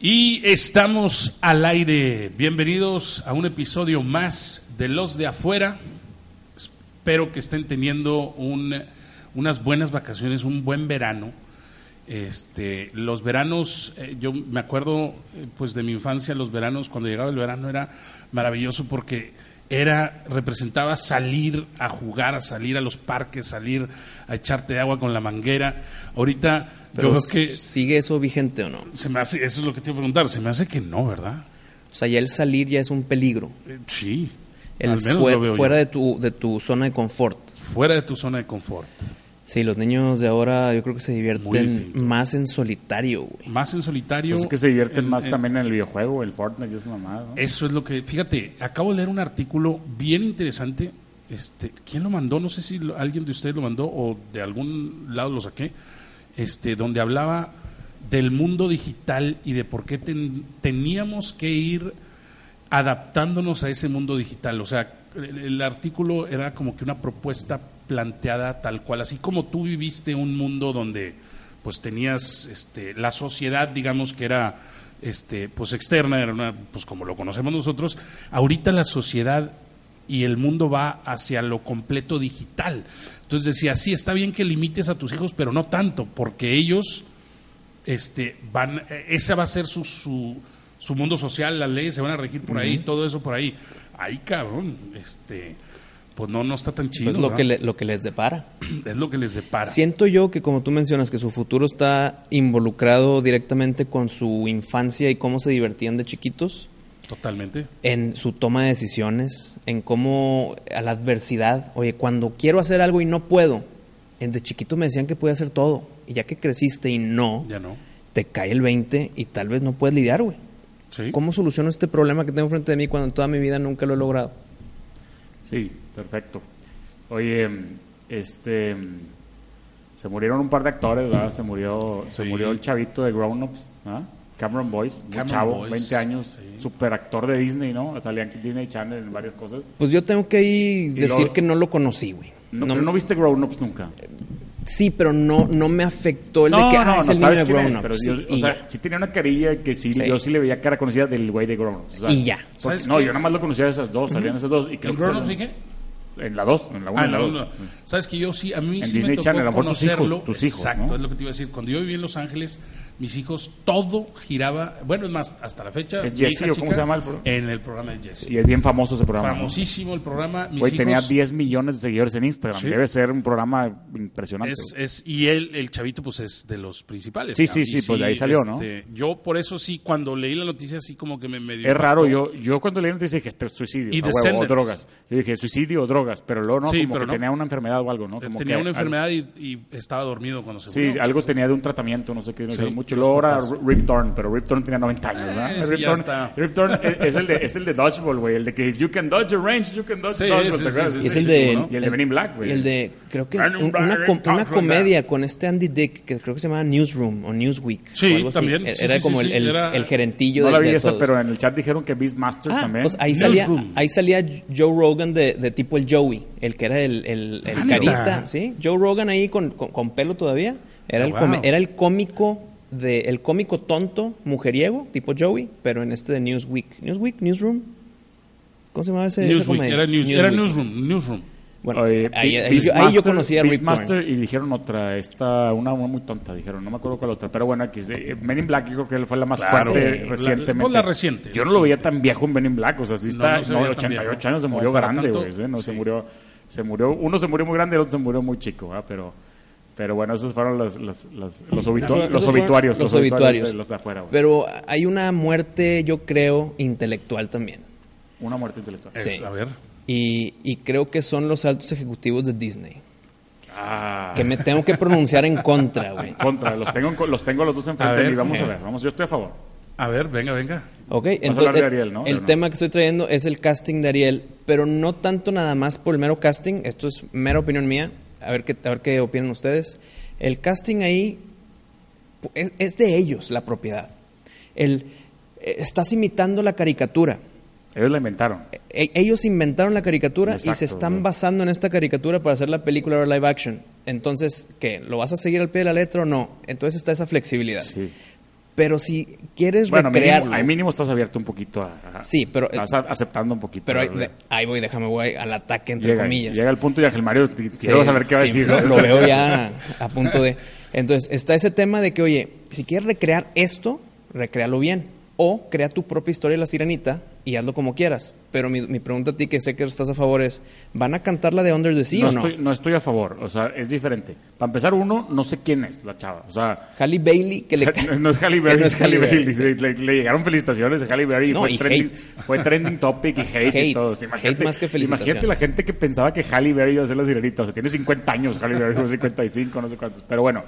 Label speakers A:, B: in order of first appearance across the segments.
A: Y estamos al aire. Bienvenidos a un episodio más de Los de Afuera. Espero que estén teniendo un, unas buenas vacaciones, un buen verano. Este, los veranos, eh, yo me acuerdo eh, pues de mi infancia, los veranos, cuando llegaba el verano era maravilloso porque era, representaba salir a jugar, a salir a los parques, salir a echarte agua con la manguera. Ahorita
B: Pero
A: yo creo que
B: ¿sigue eso vigente o no?
A: se me hace, eso es lo que te iba a preguntar, se me hace que no, ¿verdad?
B: O sea, ya el salir ya es un peligro.
A: Eh, sí.
B: El
A: al menos
B: fue-
A: lo veo
B: fuera
A: yo.
B: de tu, de tu zona de confort.
A: fuera de tu zona de confort.
B: Sí, los niños de ahora yo creo que se divierten
A: distinto.
B: más en solitario, güey.
A: Más en solitario.
C: Pues es que se divierten
A: en-
C: más
A: en- Eh.
C: también en el videojuego, el Fortnite y esa mamada, ¿no?
A: Eso es lo que. Fíjate, acabo de leer un artículo bien interesante. Este, ¿Quién lo mandó? No sé si lo- alguien de ustedes lo mandó o de algún lado lo saqué. Este, donde hablaba del mundo digital y de por qué ten- teníamos que ir adaptándonos a ese mundo digital. O sea, el, el artículo era como que una propuesta planteada tal cual, así como tú viviste un mundo donde pues tenías este, la sociedad, digamos que era este, pues externa, era una, pues como lo conocemos nosotros, ahorita la sociedad y el mundo va hacia lo completo digital. Entonces decía, sí, está bien que limites a tus hijos, pero no tanto, porque ellos este, van, eh, esa va a ser su, su, su mundo social, las leyes se van a regir por ahí, todo eso por ahí. Ahí, cabrón, este, pues no, no está tan chido.
B: Es lo
A: ¿verdad?
B: que, le- lo que les depara.
A: es lo que les depara.
B: Siento yo que como tú mencionas, que su futuro está involucrado directamente con su infancia y cómo se divertían de chiquitos,
A: Totalmente.
B: en su toma de decisiones, en cómo a la adversidad, oye, cuando quiero hacer algo y no puedo, desde chiquito me decían que podía hacer todo, y ya que creciste y no,
A: Ya no.
B: te cae el 20 y tal vez no puedes lidiar, güey.
A: Sí.
B: ¿Cómo soluciono este problema que tengo frente de mí cuando en toda mi vida nunca lo he logrado?
C: Sí, perfecto. Oye, este se murieron un par de actores, ¿verdad? Se murió, se
A: Sí.
C: murió el chavito de Grown Ups, ¿verdad? Cameron Boyce, un
A: Cameron
C: chavo,
A: Boyce,
C: 20 años,
A: sí.
C: super actor de Disney, ¿no? Salía en Disney Channel en varias cosas.
B: Pues yo tengo que ahí decir
C: lo-
B: que no lo conocí, güey.
C: No,
B: No-
C: pero no viste Grown Ups nunca.
B: sí, pero no, no me afectó
C: Pues
B: el de que ah, es el niño de
C: quién
B: Grown
C: es,
B: Ups,
C: pero
B: sí,
C: yo, o
B: y
C: sea,
B: ya.
C: sí tenía una carilla que sí,
B: Sí.
C: yo sí le veía cara conocida del güey de Grown Ups. o sea,
B: Y ya.
C: porque-
A: ¿Sabes
C: no,
A: qué?
C: yo nada más lo conocía de esas dos, salían esas dos. Y creo
A: ¿En
C: que
A: Grown Ups
C: salían-
A: dije?
C: En la dos, en la una,
A: Ah,
C: en la
A: no,
C: dos.
A: no, no. Sabes que yo sí, a mí
C: En
A: sí me
C: Disney
A: tocó
C: Channel, a lo mejor tus hijos,
A: conocerlo.
C: tus hijos,
A: Exacto,
C: ¿no?
A: es lo que te iba a decir. Cuando yo vivía en Los Ángeles, mis hijos todo giraba, bueno, es más, hasta la fecha.
C: ¿Es
A: mi
C: Jesse
A: hija
C: o cómo
A: chica,
C: se llama el programa?
A: En el programa de Jesse.
C: Y es bien famoso ese programa. ¿no?
A: Famosísimo el programa. Mis
C: Güey, tenía
A: hijos-
C: 10 millones de seguidores en Instagram.
A: Sí.
C: Debe ser un programa impresionante.
A: Es, eh,
C: güey.
A: es- y él, el chavito, pues es de los principales. A
C: Sí,
A: mí este,
C: sí, sí, pues, de ahí salió, ¿no?
A: Yo por eso sí, cuando leí la noticia, así como que me medio.
C: Es raro, yo yo cuando leí noticia dije, este es suicidio,
A: Y
C: a huevo, o
A: Descendants.
C: drogas. Yo dije, suicidio o drogas, pero luego no,
A: Sí,
C: como
A: pero
C: que
A: no.
C: tenía una enfermedad o algo, ¿no?
A: Eh,
C: Como
A: Tenía
C: que
A: una
C: al-
A: enfermedad y, y estaba dormido cuando se
C: Sí,
A: murió.
C: algo tenía de un tratamiento, no sé qué, no sé
A: Sí,
C: mucho.
A: los
C: Luego ahora
A: papás.
C: Rip Torn, pero Rip Torn tenía 90 años, ¿verdad?
A: Eh, sí,
C: Rip,
A: ya
C: Torn,
A: está.
C: Rip Torn es, es el de, es el de Dodgeball, güey, el de que if you can dodge a range, you can dodge
A: Sí,
C: dodgeball,
A: sí,
C: ¿te
A: sí,
C: acuerdas?
A: sí,
B: Y es
A: sí,
B: el
A: sí,
B: de...
A: ¿no?
C: Y el de Men in Black, güey.
B: Y el de, creo que
C: Men in
B: un- una,
C: Black,
B: com- una
C: Black.
B: comedia con este Andy Dick, que creo que se llamaba Newsroom o Newsweek.
A: Sí,
B: o algo así.
A: también.
B: E-
A: Sí,
B: Era
A: sí,
B: como
A: sí,
B: el, el-
A: era-
B: el gerentillo
C: No
B: de,
C: la vi
B: de
C: esa,
B: todos.
C: pero en el chat dijeron que Beastmaster
B: Ah,
C: también.
B: pues ahí salía,
A: Newsroom.
B: ahí salía Joe Rogan de, de tipo el Joey, el que era el, el- el
A: Ah, mira.
B: carita, ¿sí? Joe Rogan ahí con, con- con pelo todavía. Era,
A: Ah,
B: el, come-
A: wow.
B: era el cómico de, el cómico tonto, mujeriego, tipo Joey, pero en este de Newsweek. Newsweek, Newsroom. ¿Cómo se llamaba ese? esa
A: Newsweek,
B: comedia?
A: era, news-
B: Newsweek.
A: era Newsroom, Newsroom.
B: Bueno,
C: Oye,
B: ahí,
C: Be-
B: ahí yo, ahí yo
C: Beastmaster-
B: conocí a Rick Torn.
C: Beastmaster y dijeron otra, esta, una, una muy tonta, dijeron, no me acuerdo cuál otra, pero bueno, aquí se- eh, Men in Black yo creo que fue la más
A: Claro.
C: fuerte
A: Sí.
C: recientemente.
A: Pues la reciente,
C: Yo no lo veía tan viejo en Men in Black, o sea, sí
A: No,
C: está,
A: no se
C: no,
A: veía tan
C: 88
A: viejo.
C: años se
A: No,
C: murió
A: para
C: grande,
A: tanto,
C: güey, ¿sí? no se
A: sí.
C: murió, se murió, uno se murió muy grande, el otro se murió muy chico, ¿verdad? pero pero bueno, esos fueron las- las- las- los, obitu-
B: Eso-
C: los
B: esos fueron
C: obituarios,
B: los
C: de los de afuera, güey.
B: Pero hay una muerte, yo creo, intelectual también.
C: una muerte intelectual.
A: Es-
B: Sí.
A: a ver.
B: Y, y creo que son los altos ejecutivos de Disney.
C: Ah.
B: Que me tengo que pronunciar en contra, güey.
C: Contra, los tengo, en co- los tengo los dos enfrente
A: A ver,
C: y vamos a
A: eh.
C: ver, vamos, yo estoy a favor.
A: A ver, venga, venga.
B: Ok,
C: hablar
B: entonces
C: de Ariel, ¿no?
B: el
C: ¿O no?
B: tema que estoy trayendo es el casting de Ariel, pero no tanto nada más por el mero casting, esto es mera opinión mía, a ver qué, a ver qué opinan ustedes. El casting ahí pu- es, es de ellos la propiedad. El, eh, estás imitando la caricatura.
C: Ellos la inventaron.
B: E- Ellos inventaron la caricatura y se
C: Exacto,
B: están
C: güey.
B: basando en esta caricatura para hacer la película o live action. Entonces, ¿qué? ¿Lo vas a seguir al pie de la letra o no? Entonces está esa flexibilidad.
C: Sí.
B: Pero si quieres
C: Bueno,
B: recrear...
C: mínimo, al mínimo estás abierto un poquito a... a-
B: Sí, pero- eh,
C: Estás a- aceptando un poquito.
B: Pero ahí,
C: ¿verdad?
B: de- ahí voy, déjame voy al ataque, entre
C: llega,
B: comillas.
C: llega el punto y Ángel Mario, t-
B: Sí,
C: quiero saber qué va a
B: sí,
C: decir.
B: Lo,
C: ¿no?
B: lo veo ya a punto de. Entonces, está ese tema de que, oye, si quieres recrear esto, recréalo bien. O crea tu propia historia de la sirenita y hazlo como quieras. Pero mi, mi pregunta a ti, que sé que estás a favor, es: ¿van a cantar la de Under the Sea
C: no,
B: o no?
C: Estoy, no estoy a favor, o sea, es diferente. Para empezar, uno, no sé quién es la chava, o sea...
B: Halle Bailey, que le.
C: No, no es Halle Berry,
B: No es
C: es Halle
B: Halle
C: Berry.
B: Berry, sí.
C: Le, le llegaron felicitaciones a Halle Berry. y
B: No,
C: fue,
B: y
C: trending,
B: hate.
C: fue trending topic y hate, y
B: Hate.
C: todo. O sea, imagínate-
B: Hate más que
C: Imagínate la
B: felicitaciones.
C: gente que pensaba que Halle Berry iba a ser la sirenita. O sea, tiene 50 años Halle Berry, o 55, no sé cuántos. Pero bueno,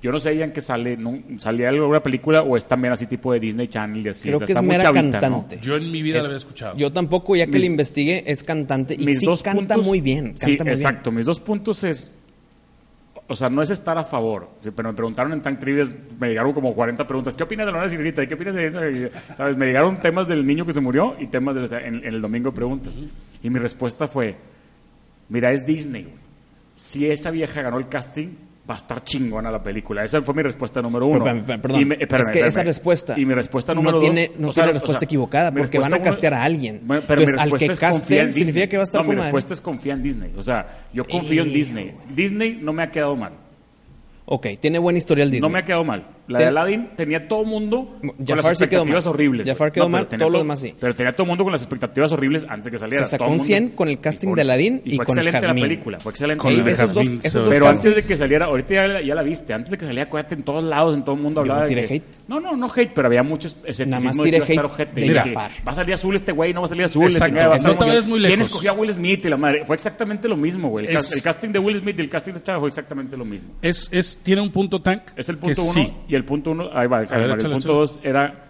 C: yo no sé ya en qué sale. ¿no? ¿Sale algo alguna película o es también así tipo de Disney Channel y así?
B: Creo
C: O sea,
B: que
C: está
B: es
C: muy
B: mera
C: chavita, ¿no?
B: cantante.
A: Yo en mi vida
B: Es-
A: la había escuchado.
B: Yo tampoco, ya que
C: Mis-
B: le investigué, es cantante. Y sí canta muy bien. Canta
C: sí,
B: muy
C: exacto. Mis dos puntos es. O sea, no es estar a favor. Sí, pero me preguntaron en Tank Trivias, me llegaron como 40 preguntas. ¿Qué opinas de la hora de Sirenita? ¿Qué opinas de esa? Y, ¿Sabes? Me llegaron temas del niño que se murió y temas de, en, en el domingo de preguntas. Y mi respuesta fue: Mira, es Disney. güey. Si esa vieja ganó el casting, va a estar chingona la película. Esa fue mi respuesta número uno.
B: Pero, pero, perdón,
C: Y me-
B: es que esa respuesta
C: Y mi respuesta
B: no
C: número
B: tiene-
C: dos.
B: no tiene respuesta equivocada,
C: mi
B: porque van a
C: respuesta uno-
B: castear a alguien.
C: Bueno, pero mi
B: Entonces, al que
C: respuesta es confía
B: casten
C: en Disney.
B: significa que va a estar
C: No, mi
B: con madre.
C: respuesta es confía en Disney. O sea, yo confío en
B: Eh,
C: Disney. Disney no me ha quedado mal.
B: bien. Ok, tiene buen historial Disney.
C: No me ha quedado mal. La
B: Sí.
C: de Aladdin tenía todo mundo
B: M- Jafar
C: con las
B: sí quedó
C: expectativas
B: mal.
C: horribles.
B: Jafar
C: No,
B: quedó
C: pero
B: mal,
C: tenía
B: todo lo demás sí.
C: Pero tenía todo mundo con las expectativas horribles antes de que saliera.
B: Se sacó
C: todo
B: un
C: mundo.
B: 100 con el casting de Aladdin
C: y
B: y
C: fue
B: con
C: excelente la
B: Jasmine.
C: película. Fue excelente.
A: Con
B: Ey,
A: la de
B: esos, dos,
A: Jasmine
B: esos dos
A: Sullivan.
C: Pero antes de
B: castings-
C: que saliera, ahorita ya, la- ya la viste, antes de que saliera, acuérdate, en todos lados, en todo el mundo
B: Yo no
C: hablaba
B: tiré
C: de que-
B: hate.
C: No, no, no hate, pero había mucho escepticismo
B: Nada más
C: de que
B: tiré
C: iba a estar
B: hate
C: ojete.
B: de
C: y que
B: Jafar.
C: Va a salir azul este güey, no va a salir azul. la
A: Exacto,
C: chingada, va a
A: no
C: estar
A: te
C: muy-
A: vayas muy
C: ¿Quién
A: lejos.
C: escogió a Will Smith y la madre? Fue exactamente lo mismo, güey. El,
A: Es-
C: cas- el casting de Will Smith y el casting de Chava fue exactamente lo mismo.
A: Es, es, tiene un punto tank.
C: Es el
A: que
C: punto uno.
A: sí.
C: Y el punto uno, ahí va, Jaime,
A: ver,
C: el
A: échale,
C: punto
A: échale.
C: dos era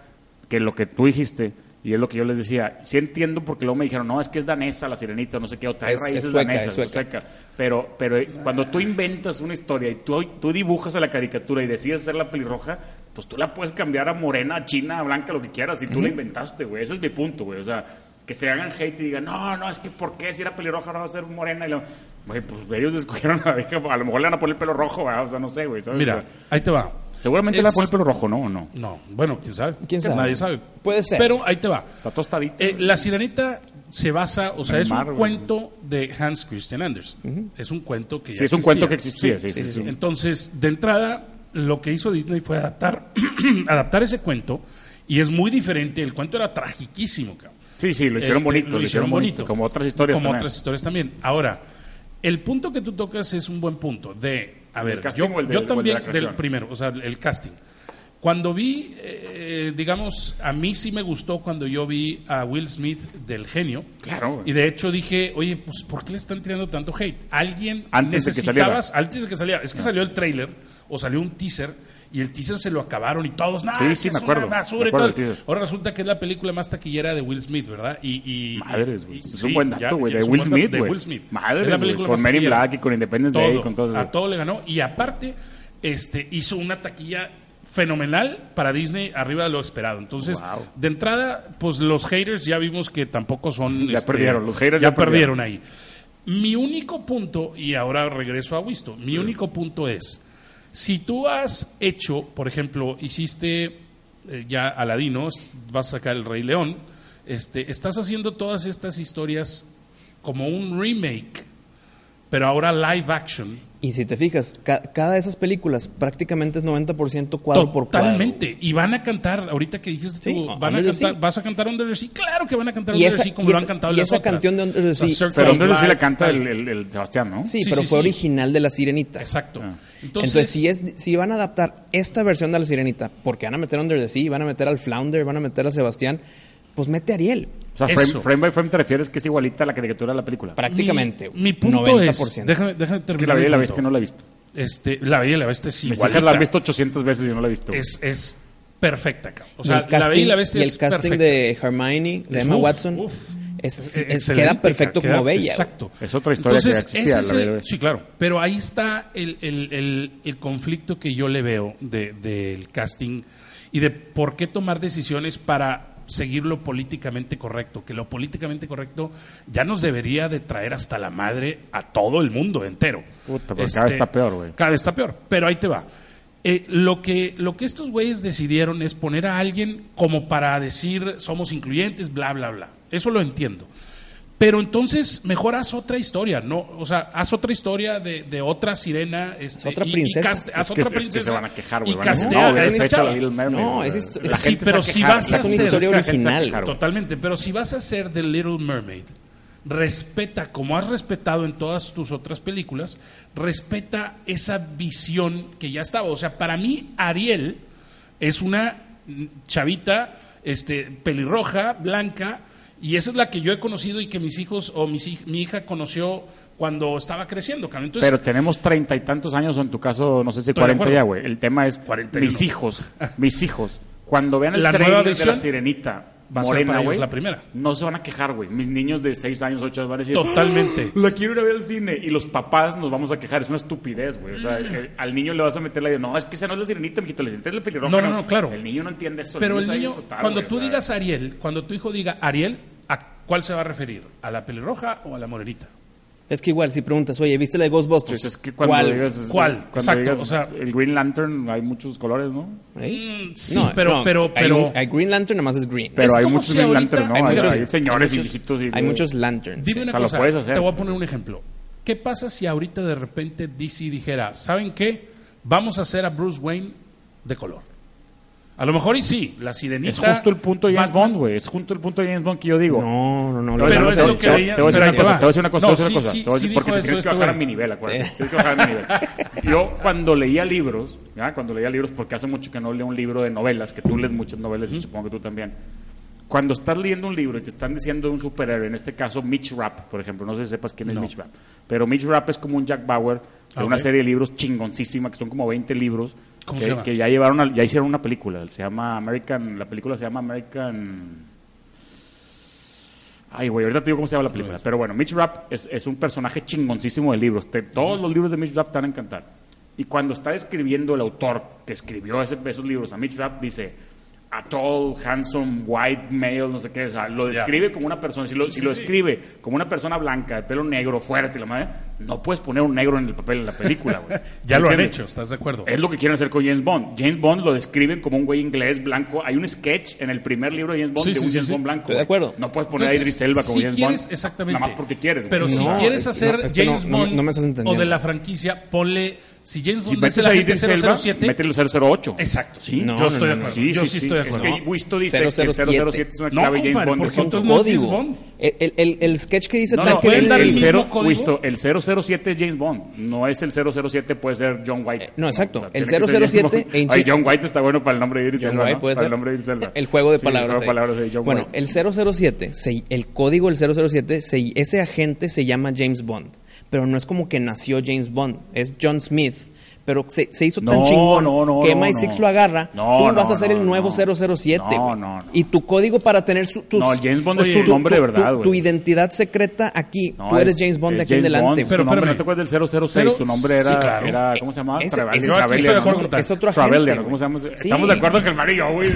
C: que lo que tú dijiste, y es lo que yo les decía, sí entiendo porque luego me dijeron, no, es que es danesa la sirenita, no sé qué, o trae
B: Es-
C: raíces
B: es sueca,
C: danesas,
B: es
C: o sueca. Pero, pero eh, cuando tú inventas una historia y tú, tú dibujas a la caricatura y decides hacer la pelirroja, pues tú la puedes cambiar a morena, a china, a blanca, lo que quieras, y tú la inventaste, güey. Ese es mi punto, güey. O sea, que se hagan hate y digan, no, no, es que ¿por qué si era pelirroja ahora va a ser morena? Y lo- Güey, pues ellos escogieron a la vieja, a lo mejor le van a poner el pelo rojo, ¿verdad? o sea, no sé, güey. ¿sabes? O
A: Mira,
C: sea,
A: ahí te va.
C: Seguramente
A: Es-
C: le va a poner el pelo rojo, ¿no? ¿O no?
A: No, bueno, quién sabe.
B: ¿Quién sabe?
A: Nadie sabe.
B: Puede ser.
A: Pero ahí te va.
C: Está tostadito.
A: Eh, la sirenita se basa, o sea,
C: El
A: es
C: mar,
A: un
C: güey.
A: cuento de Hans Christian Andersen. Es un cuento que ya
C: sí, es un
A: existía.
C: cuento que existía, sí, sí, sí.
A: Entonces, de entrada, lo que hizo Disney fue adaptar, adaptar ese cuento y es muy diferente. El cuento era tragiquísimo, cabrón.
C: Sí, sí, lo hicieron
A: Este,
C: bonito, lo hicieron bonito, como otras historias
A: Como
C: también.
A: otras historias también. Ahora, el punto que tú tocas es un buen punto de, a ver,
C: casting
A: yo,
C: o el de-
A: yo
C: o el de
A: también
C: la creación?
A: del primero, o sea, el casting. Cuando vi, eh, digamos, a mí sí me gustó cuando yo vi a Will Smith del genio.
C: Claro, güey.
A: Y de hecho dije, oye, pues ¿por qué le están tirando tanto hate? Alguien
C: Antes de que Ah.
A: necesitabas- antes de que saliera, es que salió el trailer o salió un teaser y el teaser se lo acabaron y todos, nada,
C: Sí, sí, me acuerdo, me acuerdo del teaser.
A: Ahora resulta que es la película más taquillera de Will Smith, ¿verdad? Y, y
C: Madres,
A: y-
C: güey. Es
A: sí,
C: un buen
A: ya-
C: dato, güey.
A: ya
C: De
A: es un
C: Will
A: buen dato,
C: Smith,
A: de
C: güey.
A: Will Smith.
C: Madres,
A: Es la
C: güey,
A: película
C: con
A: más
C: Men in
A: taquillera.
C: Black y con Independence Day y con todo eso.
A: A todo le ganó. Y aparte, este, hizo una taquilla fenomenal para Disney arriba de lo esperado. Entonces,
C: Wow.
A: de entrada, pues los haters ya vimos que tampoco son...
C: Ya perdieron, los haters
A: Este, ya,
C: ya perdieron.
A: perdieron. ahí. Mi único punto, y ahora regreso a Wisto, mi único punto es, si tú has hecho, por ejemplo, hiciste eh, ya Aladino, vas a sacar El Rey León, este, estás haciendo todas estas historias como un remake, pero ahora live action.
B: Y si te fijas, ca- cada de esas películas prácticamente es 90% cuadro por cuadro.
A: Totalmente. Y van a cantar, ahorita que dijiste
B: Sí,
A: tú, van a
B: Under the
A: cantar,
B: Sea.
A: ¿vas a cantar Under the Sea? Claro que van a cantar
B: Y
A: Under the
B: esa-
A: Sea como
B: y
A: lo han
B: esa-
A: cantado
B: y
A: las
B: esa
A: otras.
B: canción de Under the
A: O sea,
B: Sea,
A: Circle
C: Pero
A: of
C: ¿dónde sí
A: Life,
C: la canta
A: tal.
C: el, el, el Sebastián, no?
B: Sí,
A: Sí,
B: pero
A: sí,
B: fue
A: sí.
B: original de La Sirenita.
A: Exacto.
C: Ah.
A: Entonces,
B: Entonces, si, es, si van a adaptar esta versión de La Sirenita, porque van a meter Under the Sea, van a meter al Flounder, van a meter a Sebastián, pues mete a Ariel,
C: O sea,
A: Eso.
C: frame, frame by frame te refieres que es igualita a la caricatura de la película.
B: prácticamente.
A: mi, mi punto
B: 90%.
A: es, déjame, déjame
C: Es que la
A: terminar.
C: vi y
A: mi
C: la
A: punto.
C: viste, no la he visto.
A: Este, la Bella y la Bestia es
C: Mis hijas la han
A: igualita.
C: visto 800 veces y no la he visto. güey.
A: Es, es perfecta, cabrón. O
B: Y
A: sea,
B: el casting,
A: la Bella y la Bestia
B: y el
A: es
B: casting
A: perfecta.
B: de Hermione, de Emma
A: Uf,
B: Watson,
A: uf.
B: es,
A: E-
B: es-
A: excelente,
B: queda perfecto
A: queda-
B: como Bella.
A: Exacto.
C: Es otra historia que ya existía,
A: ese
C: la
A: es el-
C: Bella y la Bestia.
A: sí, claro. Pero ahí está el, el- el- el conflicto que yo le veo de- del casting y de por qué tomar decisiones para seguir lo políticamente correcto, que lo políticamente correcto ya nos debería de traer hasta la madre a todo el mundo entero. Este,
C: Puta, pero cada vez está peor, güey.
A: Cada vez está peor, pero ahí te va. eh, lo, que, lo que estos güeyes decidieron es poner a alguien como para decir somos incluyentes, bla, bla, bla. Eso lo entiendo. Pero entonces mejor haz otra historia, ¿no? O sea, haz otra historia de, de otra sirena. Este,
B: Otra
A: y- y
B: princesa.
A: caste- haz
C: Es que-
A: otra
C: es que
A: princesa.
C: se van a quejar, güey.
A: Y
C: Van a decir,
A: castea
B: no,
A: a
B: hubieras
A: esa
C: hecho
A: chava.
C: la Little Mermaid,
B: No,
C: güey.
B: es esto-
C: La
B: sí,
C: gente se
A: pero
C: va a
A: si
C: quejar,
A: vas
C: la
A: a
C: gente-
A: hacer-
C: es que la
B: historia
C: gente se va a
B: original.
C: quejar, güey.
A: Totalmente, pero si vas a hacer The Little Mermaid, respeta, como has respetado en todas tus otras películas, respeta esa visión que ya estaba. O sea, para mí, Ariel es una mm, chavita este, pelirroja, blanca, y esa es la que yo he conocido y que mis hijos o mis hij- mi hija conoció cuando estaba creciendo. cabrón. Entonces,
C: Pero tenemos treinta y tantos años, o en tu caso, no sé si
A: Estoy de
C: cuarenta ya,
A: acuerdo.
C: güey. El tema es
A: 41.
C: mis hijos, mis hijos. Cuando vean el
A: La
C: trailer
A: nueva
C: de la
A: versión
C: sirenita
A: va a ser para
C: morena,
A: ellos
C: güey,
A: la primera.
C: no se van a quejar, güey. Mis niños de seis años, ocho van a decir,
A: Totalmente.
C: "¡Ah! la quiero ir a ver al cine. Y los papás nos vamos a quejar. Es una estupidez, güey. O sea,
A: Mm.
C: el- al niño le vas a meter la idea, no, es que esa no es la sirenita, mijito, la sirenita es la pelirroja.
A: No, no, no, claro.
C: El niño no entiende eso.
A: Pero el
C: sabe
A: niño,
C: disfrutar,
A: cuando
C: güey,
A: tú
C: o sea,
A: digas Ariel, cuando tu hijo diga Ariel, ¿a cuál se va a referir? ¿A la pelirroja o a la morenita?
B: Es que igual, si preguntas, oye, ¿viste la de Ghostbusters?
C: Pues es que cuando
B: ¿Cuál?
C: digas.
A: ¿Cuál?
C: Cuando
A: Exacto,
C: digas
A: o sea-
C: el Green Lantern, hay muchos colores, ¿no?
B: ¿Eh?
A: Mm, sí, pero- pero-
B: hay
A: pero-
B: un- hay Green Lantern, nada más es green.
C: Pero
A: Es
C: hay
A: como
C: muchos
A: si
C: Green
A: ahorita-
C: Lantern, ¿no?
A: hay
C: Hay,
A: muchos-
C: hay señores
B: hay
C: y
B: muchos-
C: viejitos. Y,
B: Hay muchos lanterns.
A: Dime una
C: sea, lo
A: cosa,
C: puedes hacer,
A: te voy a
C: güey.
A: poner un ejemplo. ¿Qué pasa si ahorita de repente DC dijera, ¿saben qué? Vamos a hacer a Bruce Wayne de color. A lo mejor y sí, la sirenita.
C: Es justo el punto de James
A: Batman-
C: Bond, güey. Es justo el punto de James Bond que yo digo.
B: No, no, no.
C: Te voy a
A: Pero
C: decir
A: es
C: una
A: lo
C: cosa,
A: que veía-
C: Te
A: pero
C: voy a decir una
A: ahí
C: cosa,
A: te
C: te voy a
A: va.
C: decir una cosa, te voy a decir
A: No,
C: una cosa.
A: sí,
C: Te voy a
A: sí,
C: decir-
A: sí
C: Porque
A: dijo
C: te
A: eso
C: tienes que
A: este
C: bajar a
A: güey.
C: mi nivel, acuérdate.
B: Sí.
C: Tienes que bajar a mi nivel. Yo, cuando leía libros, ¿ya? cuando leía libros, porque hace mucho que no leo un libro de novelas, que tú lees muchas novelas y supongo que tú también. Cuando estás leyendo un libro y te están diciendo de un superhéroe, en este caso Mitch Rapp, por ejemplo, no sé si sepas quién es Mitch Rapp, pero Mitch Rapp es como un Jack Bauer de
A: Ah,
C: una
A: ok.
C: serie de libros chingoncísima, que son como 20 libros,
A: ¿Cómo
C: que,
A: se llama?
C: que ya llevaron, al- ya hicieron una película, se llama American, la película se llama American... Ay, güey, ahorita te digo cómo se llama la película. Pero bueno, Mitch Rapp es, es un personaje chingoncísimo de libros. Te- todos los libros de Mitch Rapp te van a encantar. Y cuando está escribiendo el autor que escribió ese- esos libros a Mitch Rapp, dice, a tall, handsome, white, male, no sé qué. O sea, lo
A: Ya.
C: describe como una persona. Si lo, si lo escribe como una persona blanca, de pelo negro, fuerte, y la madre, no puedes poner un negro en el papel en la película, güey.
A: Ya
C: ¿Sí
A: lo han
C: entiendes?
A: hecho, ¿estás de acuerdo?
C: Es lo que quieren hacer con James Bond. James Bond lo describen como un güey inglés blanco. Hay un sketch en el primer libro de James Bond
A: Sí,
C: de
A: sí,
C: un
A: sí,
C: James
A: sí.
C: Bond blanco.
B: Estoy de acuerdo.
C: No puedes poner a
A: Entonces,
C: Idris Elba como
A: si
C: James
A: quieres,
C: Bond.
A: Exactamente.
C: Nada más porque quieres. güey.
A: Pero si
B: No,
A: quieres
B: no,
A: hacer
B: es que no-
A: James
B: no-
A: Bond
B: no me estás
A: o
B: entendiendo.
A: de la franquicia, ponle. Si James
C: si
A: Bond es
C: metes
A: el
C: a
A: agente
C: Idris Elba,
A: 007.
C: métele el 008.
A: Exacto.
C: Sí.
A: yo
B: No,
A: estoy de
B: no, no,
A: acuerdo.
B: no.
A: yo sí, estoy de acuerdo.
C: Es que Wisto dice que
B: 007.
C: el 007 es una
A: No,
C: clave de James
A: compadre,
C: Bond.
A: porque
C: es otro
A: entonces no es James
B: Código.
A: Bond.
B: El, el- el- el sketch que dice
C: No,
B: Tanque
C: no,
A: pueden
C: el,
A: dar
C: el
A: el mismo
C: cero-
A: código?
C: Wisto, el 007 es James Bond, no es el 007, puede ser John White.
B: Eh, no, exacto, el
C: tiene que ser
B: 007
C: James Bond.
B: en
C: Ay,
B: chi-
C: John White está bueno para el nombre de Idris
B: John
C: Elba,
B: White,
C: ¿no?
B: puede
C: Para
B: ser.
C: el nombre de Idris Elba.
B: El juego de
C: Sí,
B: palabras.
C: El
B: ahí.
C: juego de palabras de John
B: bueno,
C: White.
B: el 007, se- el código del 007, se- ese agente se llama James Bond. Pero no es como que nació James Bond, es John Smith. Pero se, se hizo tan
C: No,
B: chingón
C: no, no,
B: que
C: no,
B: MI6
C: no.
B: lo agarra.
C: No,
B: tú
C: no,
B: vas a ser
C: no,
B: el nuevo
C: no.
B: 007.
C: No,
B: güey.
C: no, no.
B: Y tu código para tener su, tus-
C: No, el James Bond es
B: Oye,
C: su nombre de verdad,
B: Tu,
C: güey.
B: tu identidad secreta aquí.
C: No,
B: tú eres
C: es-
B: James Bond de
C: es
B: aquí en
C: James Bond,
B: adelante.
C: su
B: güey.
A: Pero
C: nombre,
A: espérame.
C: no te acuerdas del 006, tu
A: Cero-
C: nombre era,
A: sí, claro.
C: era- ¿cómo se llamaba?
B: Ese-
C: Travel-
B: ese- ese-
C: Travelia,
A: estoy de
C: ¿no?
A: acuerdo con
B: es otro agente,
C: Travelia, ¿no?
B: güey.
C: ¿Cómo se llama? ese?
B: Sí.
C: Estamos de acuerdo que el Mario y yo, güey.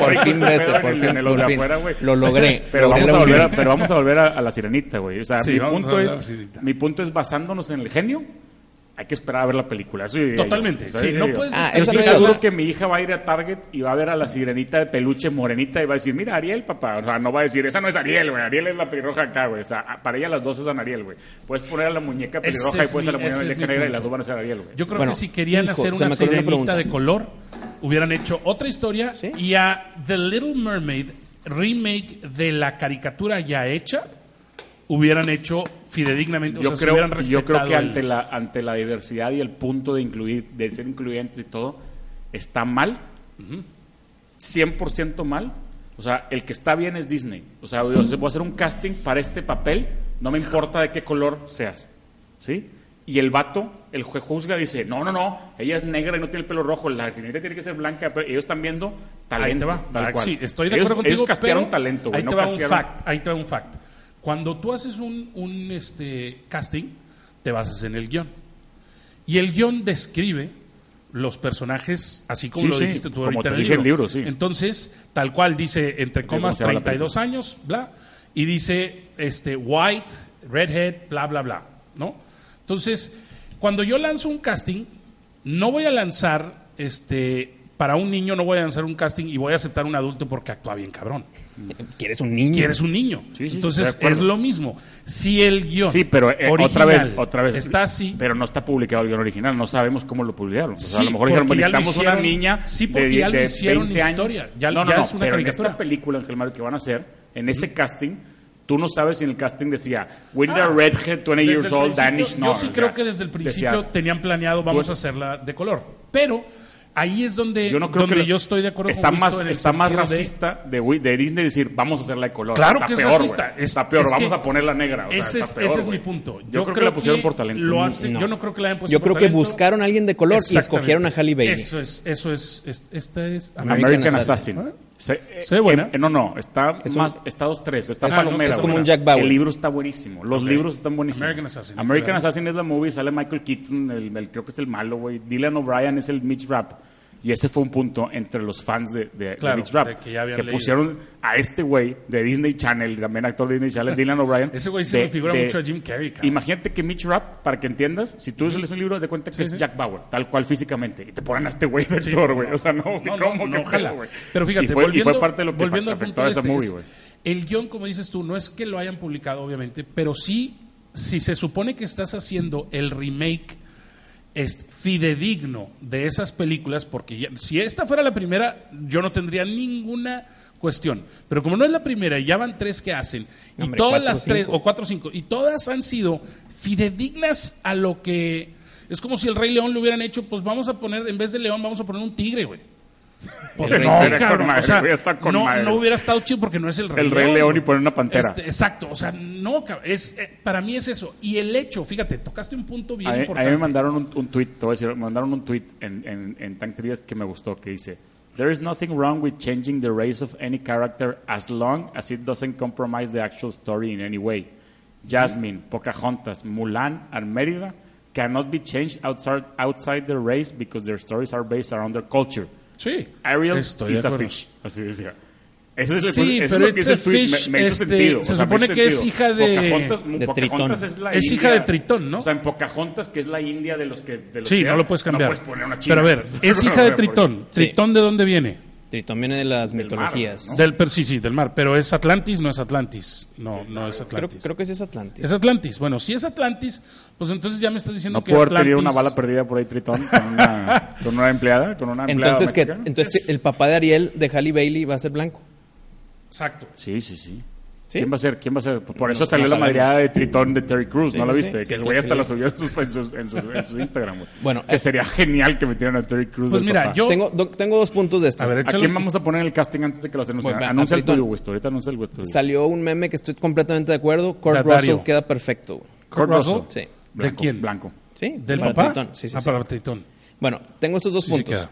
B: Por fin, Bresser, por fin,
C: En los de
B: por fin.
C: afuera, güey.
B: Lo logré.
C: Pero
B: Logré
C: vamos, a
B: lo
C: volver a,
B: mío.
C: pero vamos a volver a, a la sirenita, güey. O sea,
A: Sí,
C: mi,
A: vamos a
C: punto
A: hablar de la
C: es,
A: sirenita.
C: mi punto es basándonos en el genio. Hay que esperar a ver la película. Eso diría yo.
A: Totalmente,
C: Eso
A: sí,
C: diría
A: no
C: yo.
A: puedes
B: Ah,
C: yo
B: esa
C: estoy
B: no es
C: seguro
B: una-
C: que mi hija va a ir a Target y va a ver a la sirenita de peluche morenita y va a decir, mira, Ariel, papá. O sea, no va a decir, esa no es Ariel, güey. Ariel es la pelirroja acá, güey. O sea, para ella las dos es Ariel, güey. Puedes poner a la muñeca
A: Ese
C: pelirroja y
A: es
C: puedes a la
A: mi- ese
C: muñeca
A: es
C: muñeca
A: mi
C: negra y
A: punto.
C: las dos van a ser Ariel, güey.
A: Yo creo
B: Bueno,
A: que si querían
B: hijo,
A: hacer
B: se
A: una
B: me ocurrió una
A: sirenita
B: pregunta.
A: de color, hubieran hecho otra historia
B: Sí.
A: y a The Little Mermaid, remake de la caricatura ya hecha, hubieran hecho fidedignamente, o
C: yo
A: sea, se
C: creo,
A: hubieran
C: yo creo
A: respetado
C: que
A: el-
C: ante la, ante la diversidad y el punto de incluir, de ser incluyentes y todo, está mal. 100% mal. O sea, el que está bien es Disney. O sea, yo voy a hacer un casting para este papel, no me importa de qué color seas. ¿Sí? Y el vato, el juez juzga, dice, no, no, no, ella es negra y no tiene el pelo rojo, la sirenita tiene que ser blanca, pero ellos están viendo
A: Ahí te
C: talento.
A: va.
C: tal
A: Ah,
C: cual.
A: Sí, estoy de
C: Ellos-
A: acuerdo contigo.
C: Ellos castearon
A: pero
C: talento, güey,
A: Ahí
C: no
A: te va un
C: castearon-
A: fact. Ahí te va un fact. Cuando tú haces un, un, este, casting, te basas en el guión. Y el guión describe los personajes, así como
C: Sí,
A: lo
C: sí,
A: dijiste tú
C: como
A: ahorita
C: te
A: en
C: dije el libro, sí.
A: Entonces, tal cual dice, entre
C: cómo
A: comas,
C: se llama la
A: 32 años, bla, y dice este, white, redhead, bla, bla, bla, ¿no? Entonces, cuando yo lanzo un casting, no voy a lanzar, este, para un niño no voy a lanzar un casting y voy a aceptar un adulto porque actúa bien cabrón.
B: ¿Quieres un niño?
A: Quieres un niño.
C: Mm. Sí, sí, de
A: Entonces
C: acuerdo.
A: es lo mismo. Si el guión
C: Sí, pero eh, otra
A: original
C: vez, otra vez.
A: está así,
C: Pero no está publicado el guión original, no sabemos cómo lo publicaron. O sea,
A: Sí,
C: a lo mejor dijeron,
A: porque ya lo
C: necesitamos una
A: hicieron-
C: niña
A: sí,
C: de,
A: porque
C: die-
A: ya lo
C: de
A: hicieron
C: 20 años.
A: historia, ya-
C: no, no,
A: ya
C: no,
A: es una
C: pero en
A: caricatura.
C: esta película, Ángel Mario, que van a hacer, en ese casting, tú no sabes si en el casting decía, we need a
A: Ah,
C: redhead, 20
A: desde
C: years
A: el
C: old,
A: principio-
C: Danish, no.
A: Yo sí
C: o sea,
A: creo que desde el principio
C: decía,
A: tenían planeado, vamos a
C: Tú-
A: hacerla de color. Pero ahí es donde,
C: yo no creo
A: donde
C: que lo-
A: yo estoy de acuerdo
C: está
A: con Wisto
C: más
A: en el
C: está más
A: sentido de-
C: racista de, Wi- de Disney decir vamos a hacerla de color
A: Claro
C: está
A: que es
C: peor,
A: racista.
C: güey.
A: Es-
C: está peor
A: es
C: vamos
A: que
C: a ponerla negra o sea,
A: ese, es,
C: está peor,
A: ese es
C: güey.
A: mi punto.
C: yo, creo, que la pusieron por talento
A: Lo hace,
B: No.
A: Yo no creo que la hayan puesto
B: Yo
A: Pues, por
B: creo que
A: talento.
B: buscaron a alguien de color y
A: Exactamente.
B: escogieron a Halle Bailey.
A: Eso es, eso es, es- esta es
B: American
C: American,
B: Assassin.
C: Assassin.
A: ¿Eh?
C: Se,
A: Se ve buena.
C: eh, no, no, está
B: Es
C: más,
B: un-
C: está dos tres, está
A: es-
C: palomera.
A: es como
C: güey.
A: un
B: Jack Bauer.
C: El libro está buenísimo, los libros están buenísimos.
A: American Assassin,
C: American
A: claro.
C: Assassin es la movie, sale Michael Keaton, el, el- creo que es el malo, güey. Dylan O'Brien es el Mitch Rapp. Y ese fue un punto entre los fans de, de- de
A: Claro,
C: Mitch Rapp,
A: de que ya habían leído.
C: pusieron a este güey de Disney Channel, también actor de Disney Channel, Dylan O'Brien.
A: Ese güey se
C: de-
A: me figura
C: de-
A: mucho a Jim Carrey, cabrón.
C: Imagínate que Mitch Rapp, para que entiendas, si tú lees un libro, de cuenta que es Jack Bauer, tal cual físicamente, y te ponen a este güey de
A: Sí,
C: actor, güey.
A: no,
C: o sea, no,
A: no,
C: güey,
A: no,
C: ¿cómo?
A: no,
C: ¿Qué
A: ojalá.
C: pedo, güey?
A: Pero fíjate,
C: y fue, y
A: volviendo,
C: fue parte de lo que
A: volviendo al punto
C: afectó a
A: de
C: esa
A: este,
C: movie,
A: es,
C: güey.
A: el guión, como dices tú, no es que lo hayan publicado, obviamente, pero sí, si se supone que estás haciendo el remake es fidedigno de esas películas, porque ya- si esta fuera la primera, yo no tendría ninguna cuestión. Pero como no es la primera, y ya van tres que hacen, y
B: Hombre,
A: todas
B: cuatro,
A: las tres,
B: cinco.
A: o cuatro o cinco, y todas han sido fidedignas a lo que... Es como si el Rey León le hubieran hecho, pues vamos a poner, en vez de león, vamos a poner un tigre, güey. Porque
B: Rey
A: no,
B: León.
A: cabrón,
C: Con madre,
A: o sea,
C: güey, está con
A: no,
C: madre.
A: no hubiera estado chido porque no es el Rey
C: El Rey León y
A: güey.
C: poner una pantera.
A: Este, exacto, o sea, no, cabrón, es, eh, para mí es eso. Y el hecho, fíjate, tocaste un punto bien
C: A mí, a
A: importante.
C: mí me mandaron un, un tweet, te voy a decir, me mandaron un tweet en, en, en Tank Trias que me gustó, que dice, There is nothing wrong with changing the race of any character as long as it doesn't compromise the actual story in any way. Jasmine, Pocahontas, Mulan, and Merida cannot be changed outside, outside their race because their stories are based around their culture.
A: Sí.
C: Ariel
A: Estoy
C: is
A: de
C: a
A: acuerdo.
C: fish. Así decía. Eso es,
A: Sí,
C: eso es
A: pero
C: lo que
A: it's
C: dice
A: a
C: el tweet.
A: fish,
C: Me, me hizo
A: este,
C: sentido.
A: se
C: O sea, me
A: supone
C: hizo
A: que es
C: sentido.
A: hija de-
C: Pocahontas,
B: de
C: Pocahontas
B: Tritón.
C: es la
A: Es hija
C: India.
A: de Tritón, ¿no?
C: O sea, en Pocahontas, que es la India de los que. de los
A: Sí,
C: que-
A: no lo puedes cambiar.
C: No puedes poner una china.
A: Pero a ver, es hija de Tritón.
B: Sí.
A: ¿Tritón de dónde viene?
B: Tritón viene de las
C: mar,
B: mitologías.
C: ¿no?
A: Del, per- sí, sí, del mar. Pero es Atlantis, no es Atlantis. No, no es
B: Creo,
A: Atlantis.
B: creo que sí es Atlantis.
A: Es Atlantis. Bueno, si es Atlantis, pues entonces ya me estás diciendo
C: No
A: que
C: puedo haber
A: Atlantis...
C: tenido una bala perdida por ahí, Tritón, con una, con una empleada, con una empleada.
B: Entonces, que,
C: mexicana.
B: entonces el papá de Ariel, de Halle Bailey, va a ser blanco.
A: Exacto.
C: Sí, sí, sí.
B: ¿Sí?
C: ¿Quién va a ser? ¿Quién va a ser? Por por eso
B: No,
C: salió
B: no
C: la
B: sabemos.
C: madreada de Tritón de Terry Crews,
B: Sí,
C: ¿no la
B: sí, sí.
C: viste?
B: Sí,
C: que el
B: sí,
C: güey
B: sí.
C: hasta la subió en, sus- en sus- en su, en su Instagram. güey.
B: Bueno,
C: que
B: eh,
C: sería genial que metieran a Terry Crews.
A: Pues
C: de
A: mira,
C: papá.
A: yo-
B: Tengo, do- tengo dos puntos de esto.
A: A ver,
C: ¿A
A: échale.
C: quién vamos a poner en el casting antes de que lo anuncien?
B: Bueno,
C: anuncia el
B: Tritón.
C: tuyo, Wisto. Ahorita anuncia el tuyo.
B: Salió un meme que estoy completamente de acuerdo. Kurt
A: Datario.
B: Russell queda perfecto. güey.
A: Kurt Russell.
B: Sí.
A: ¿De quién?
C: Blanco.
B: Sí,
A: ¿Del
B: para
A: papá?
B: Tritón. Sí, sí,
A: ah,
B: sí.
A: para Tritón.
B: Bueno, tengo estos dos
A: Sí, sí
B: puntos.
A: queda.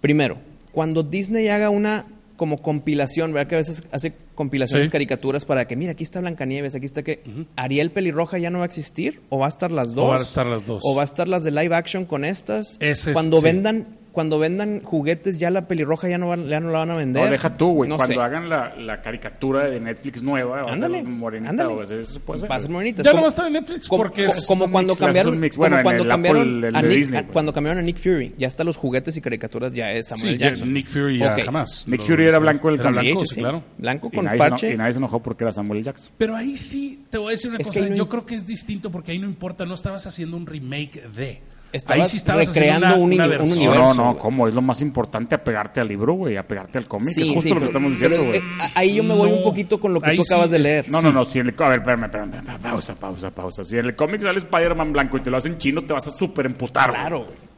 B: Primero, cuando Disney haga una como compilación, ¿verdad? Que a veces hace compilaciones
A: Sí.
B: caricaturas para que, mira, aquí está Blancanieves, aquí está que Ariel Pelirroja ya no va a existir, o va a estar las dos.
A: van a estar las dos.
B: O va a estar las de live action con estas.
A: Ese es-
B: cuando
A: sí.
B: vendan, cuando vendan juguetes, ya la pelirroja ya no, van- ya no la van a vender.
C: No, deja tú, güey.
B: No
C: Cuando
B: sé.
C: hagan la, la caricatura de Netflix nueva, va
B: Ándale,
C: a ser morenita
B: ándale.
C: o sea, eso puede ser.
B: Va a ser morenita. Es
A: Ya no
B: como-
A: va a estar en Netflix
B: como-
A: porque
B: como-
A: es...
B: como
C: un
B: cuando
C: mix, es
B: cambiaron,
C: un mix.
B: como
C: Bueno, en
B: cuando
C: el Apple,
B: cambiaron
C: el
B: a
C: de
B: Nick,
C: Disney,
B: a-
C: pues.
B: cuando cambiaron a Nick Fury, ya hasta los juguetes y caricaturas ya es Samuel
A: Sí, ya-
B: Jackson.
A: Nick Fury ya
B: Ok.
A: jamás.
C: Nick
A: Lo-
C: Fury era blanco el
A: Era
C: cambio.
A: blanco,
B: Sí,
A: sí,
B: sí, sí.
A: claro.
B: Blanco
C: Y
B: con
C: nadie se
B: parche.
C: eno- y nadie se enojó porque era Samuel Jackson.
A: Pero ahí sí, te voy a decir una
B: Es que
A: cosa.
B: ahí no-
A: Yo creo que es distinto porque ahí no importa, no estabas haciendo un remake de.
B: Estabas
A: ahí sí estabas
B: recreando
A: haciendo
B: un
A: una,
B: uni- un
A: una versión.
C: No,
B: universo,
C: no, no,
B: güey.
C: ¿cómo? Es lo más importante apegarte al libro, güey, apegarte al cómic.
B: Sí,
C: es justo
B: sí,
C: lo que
B: pero-
C: estamos diciendo,
B: pero,
C: güey.
B: eh, a- ahí yo me voy
A: No.
B: un poquito con lo que
A: Ahí
B: tú
A: sí
B: acabas de
A: es-
B: leer.
C: No, no, no, si en el, a ver, espérame, espérame, espérame, pausa, pausa, pausa. Si en el cómic sale Spider-Man blanco y te lo hacen chino, te vas a súper emputar.
B: Claro, güey.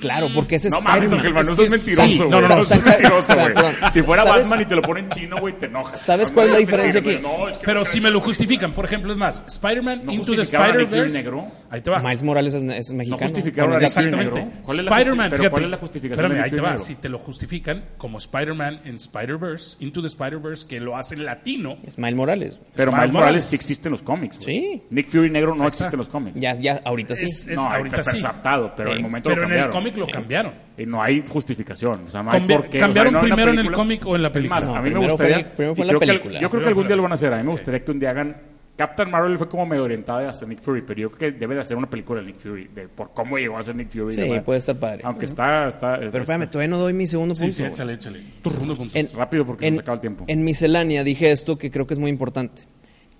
B: Claro, porque ese Este es
C: No mames, Ángel Manuel,
A: Es
C: eso es
A: que sí. No,
C: mentiroso, güey.
A: no,
C: No,
A: no,
C: no, es
B: sa- sa-
C: mentiroso,
B: perdón,
C: güey. Si fuera
B: ¿sabes?
C: Batman y te lo ponen chino, güey, te enojas.
B: ¿Sabes
C: No,
B: cuál es la
C: no,
B: diferencia
C: no,
B: aquí?
C: no, es que
A: Pero
C: no
A: si
C: creo
A: me
C: que-
A: lo justifican, por ejemplo, es más, Spider-Man
C: ¿No
A: Into the
C: justificaban a Nick Fury
A: Spider-Verse.
C: negro?
A: Ahí te va.
B: Miles Morales es, es
C: No
B: mexicano.
C: justificaron a
B: Bueno,
C: Nick Fury
A: Exactamente.
C: negro. ¿Cuál es la
A: Spider-Man,
C: justi- pero
A: fíjate,
C: cuál es la justificación
A: espérame,
C: de Nick
A: ahí te
C: Fury
A: va.
C: negro?
A: Si te lo justifican como Spider-Man en Spider-Verse, Into the Spider-Verse, que lo hace latino,
B: Es Miles Morales. güey.
C: Pero
A: Miles
C: Miles Morales
A: Morales.
C: sí existe en los cómics, güey.
B: Sí.
C: Nick Fury negro no
A: está.
C: existe en los cómics.
B: Ya, ya, ahorita sí.
A: Es- es
C: no,
A: ahorita
C: ahorita
A: sí.
C: sí. adaptado, pero en el momento
A: pero
C: lo
A: en el
C: cambiaron.
A: cómic lo cambiaron.
C: Y no hay justificación. O sea, no hay
A: Cambi-
C: por qué.
A: cambiaron
C: O sea, no hay una
A: primero en el
C: película-
A: cómic o en la película.
C: Más,
B: No,
C: a mí me
B: primero
C: gustaría.
B: fue- primero fue
C: y
B: la
C: creo que-
B: película.
C: yo creo que
A: Primero
C: algún
A: fue
C: día
A: la-
C: lo van a hacer. A mí me gustaría que un día hagan Captain Marvel fue como medio orientada hacia Nick Fury, pero yo creo que debe de hacer una película de Nick Fury, de por cómo llegó a ser Nick Fury.
B: Sí,
C: ¿verdad?
B: puede estar padre.
C: Aunque está, está, es-
B: Pero espérame,
C: está-
B: todavía no doy mi segundo punto.
A: Sí, sí,
B: güey.
A: échale, échale. Tu segundo punto.
B: En-
C: rápido porque se nos acaba el tiempo.
B: En miscelánea dije esto que creo que es muy importante.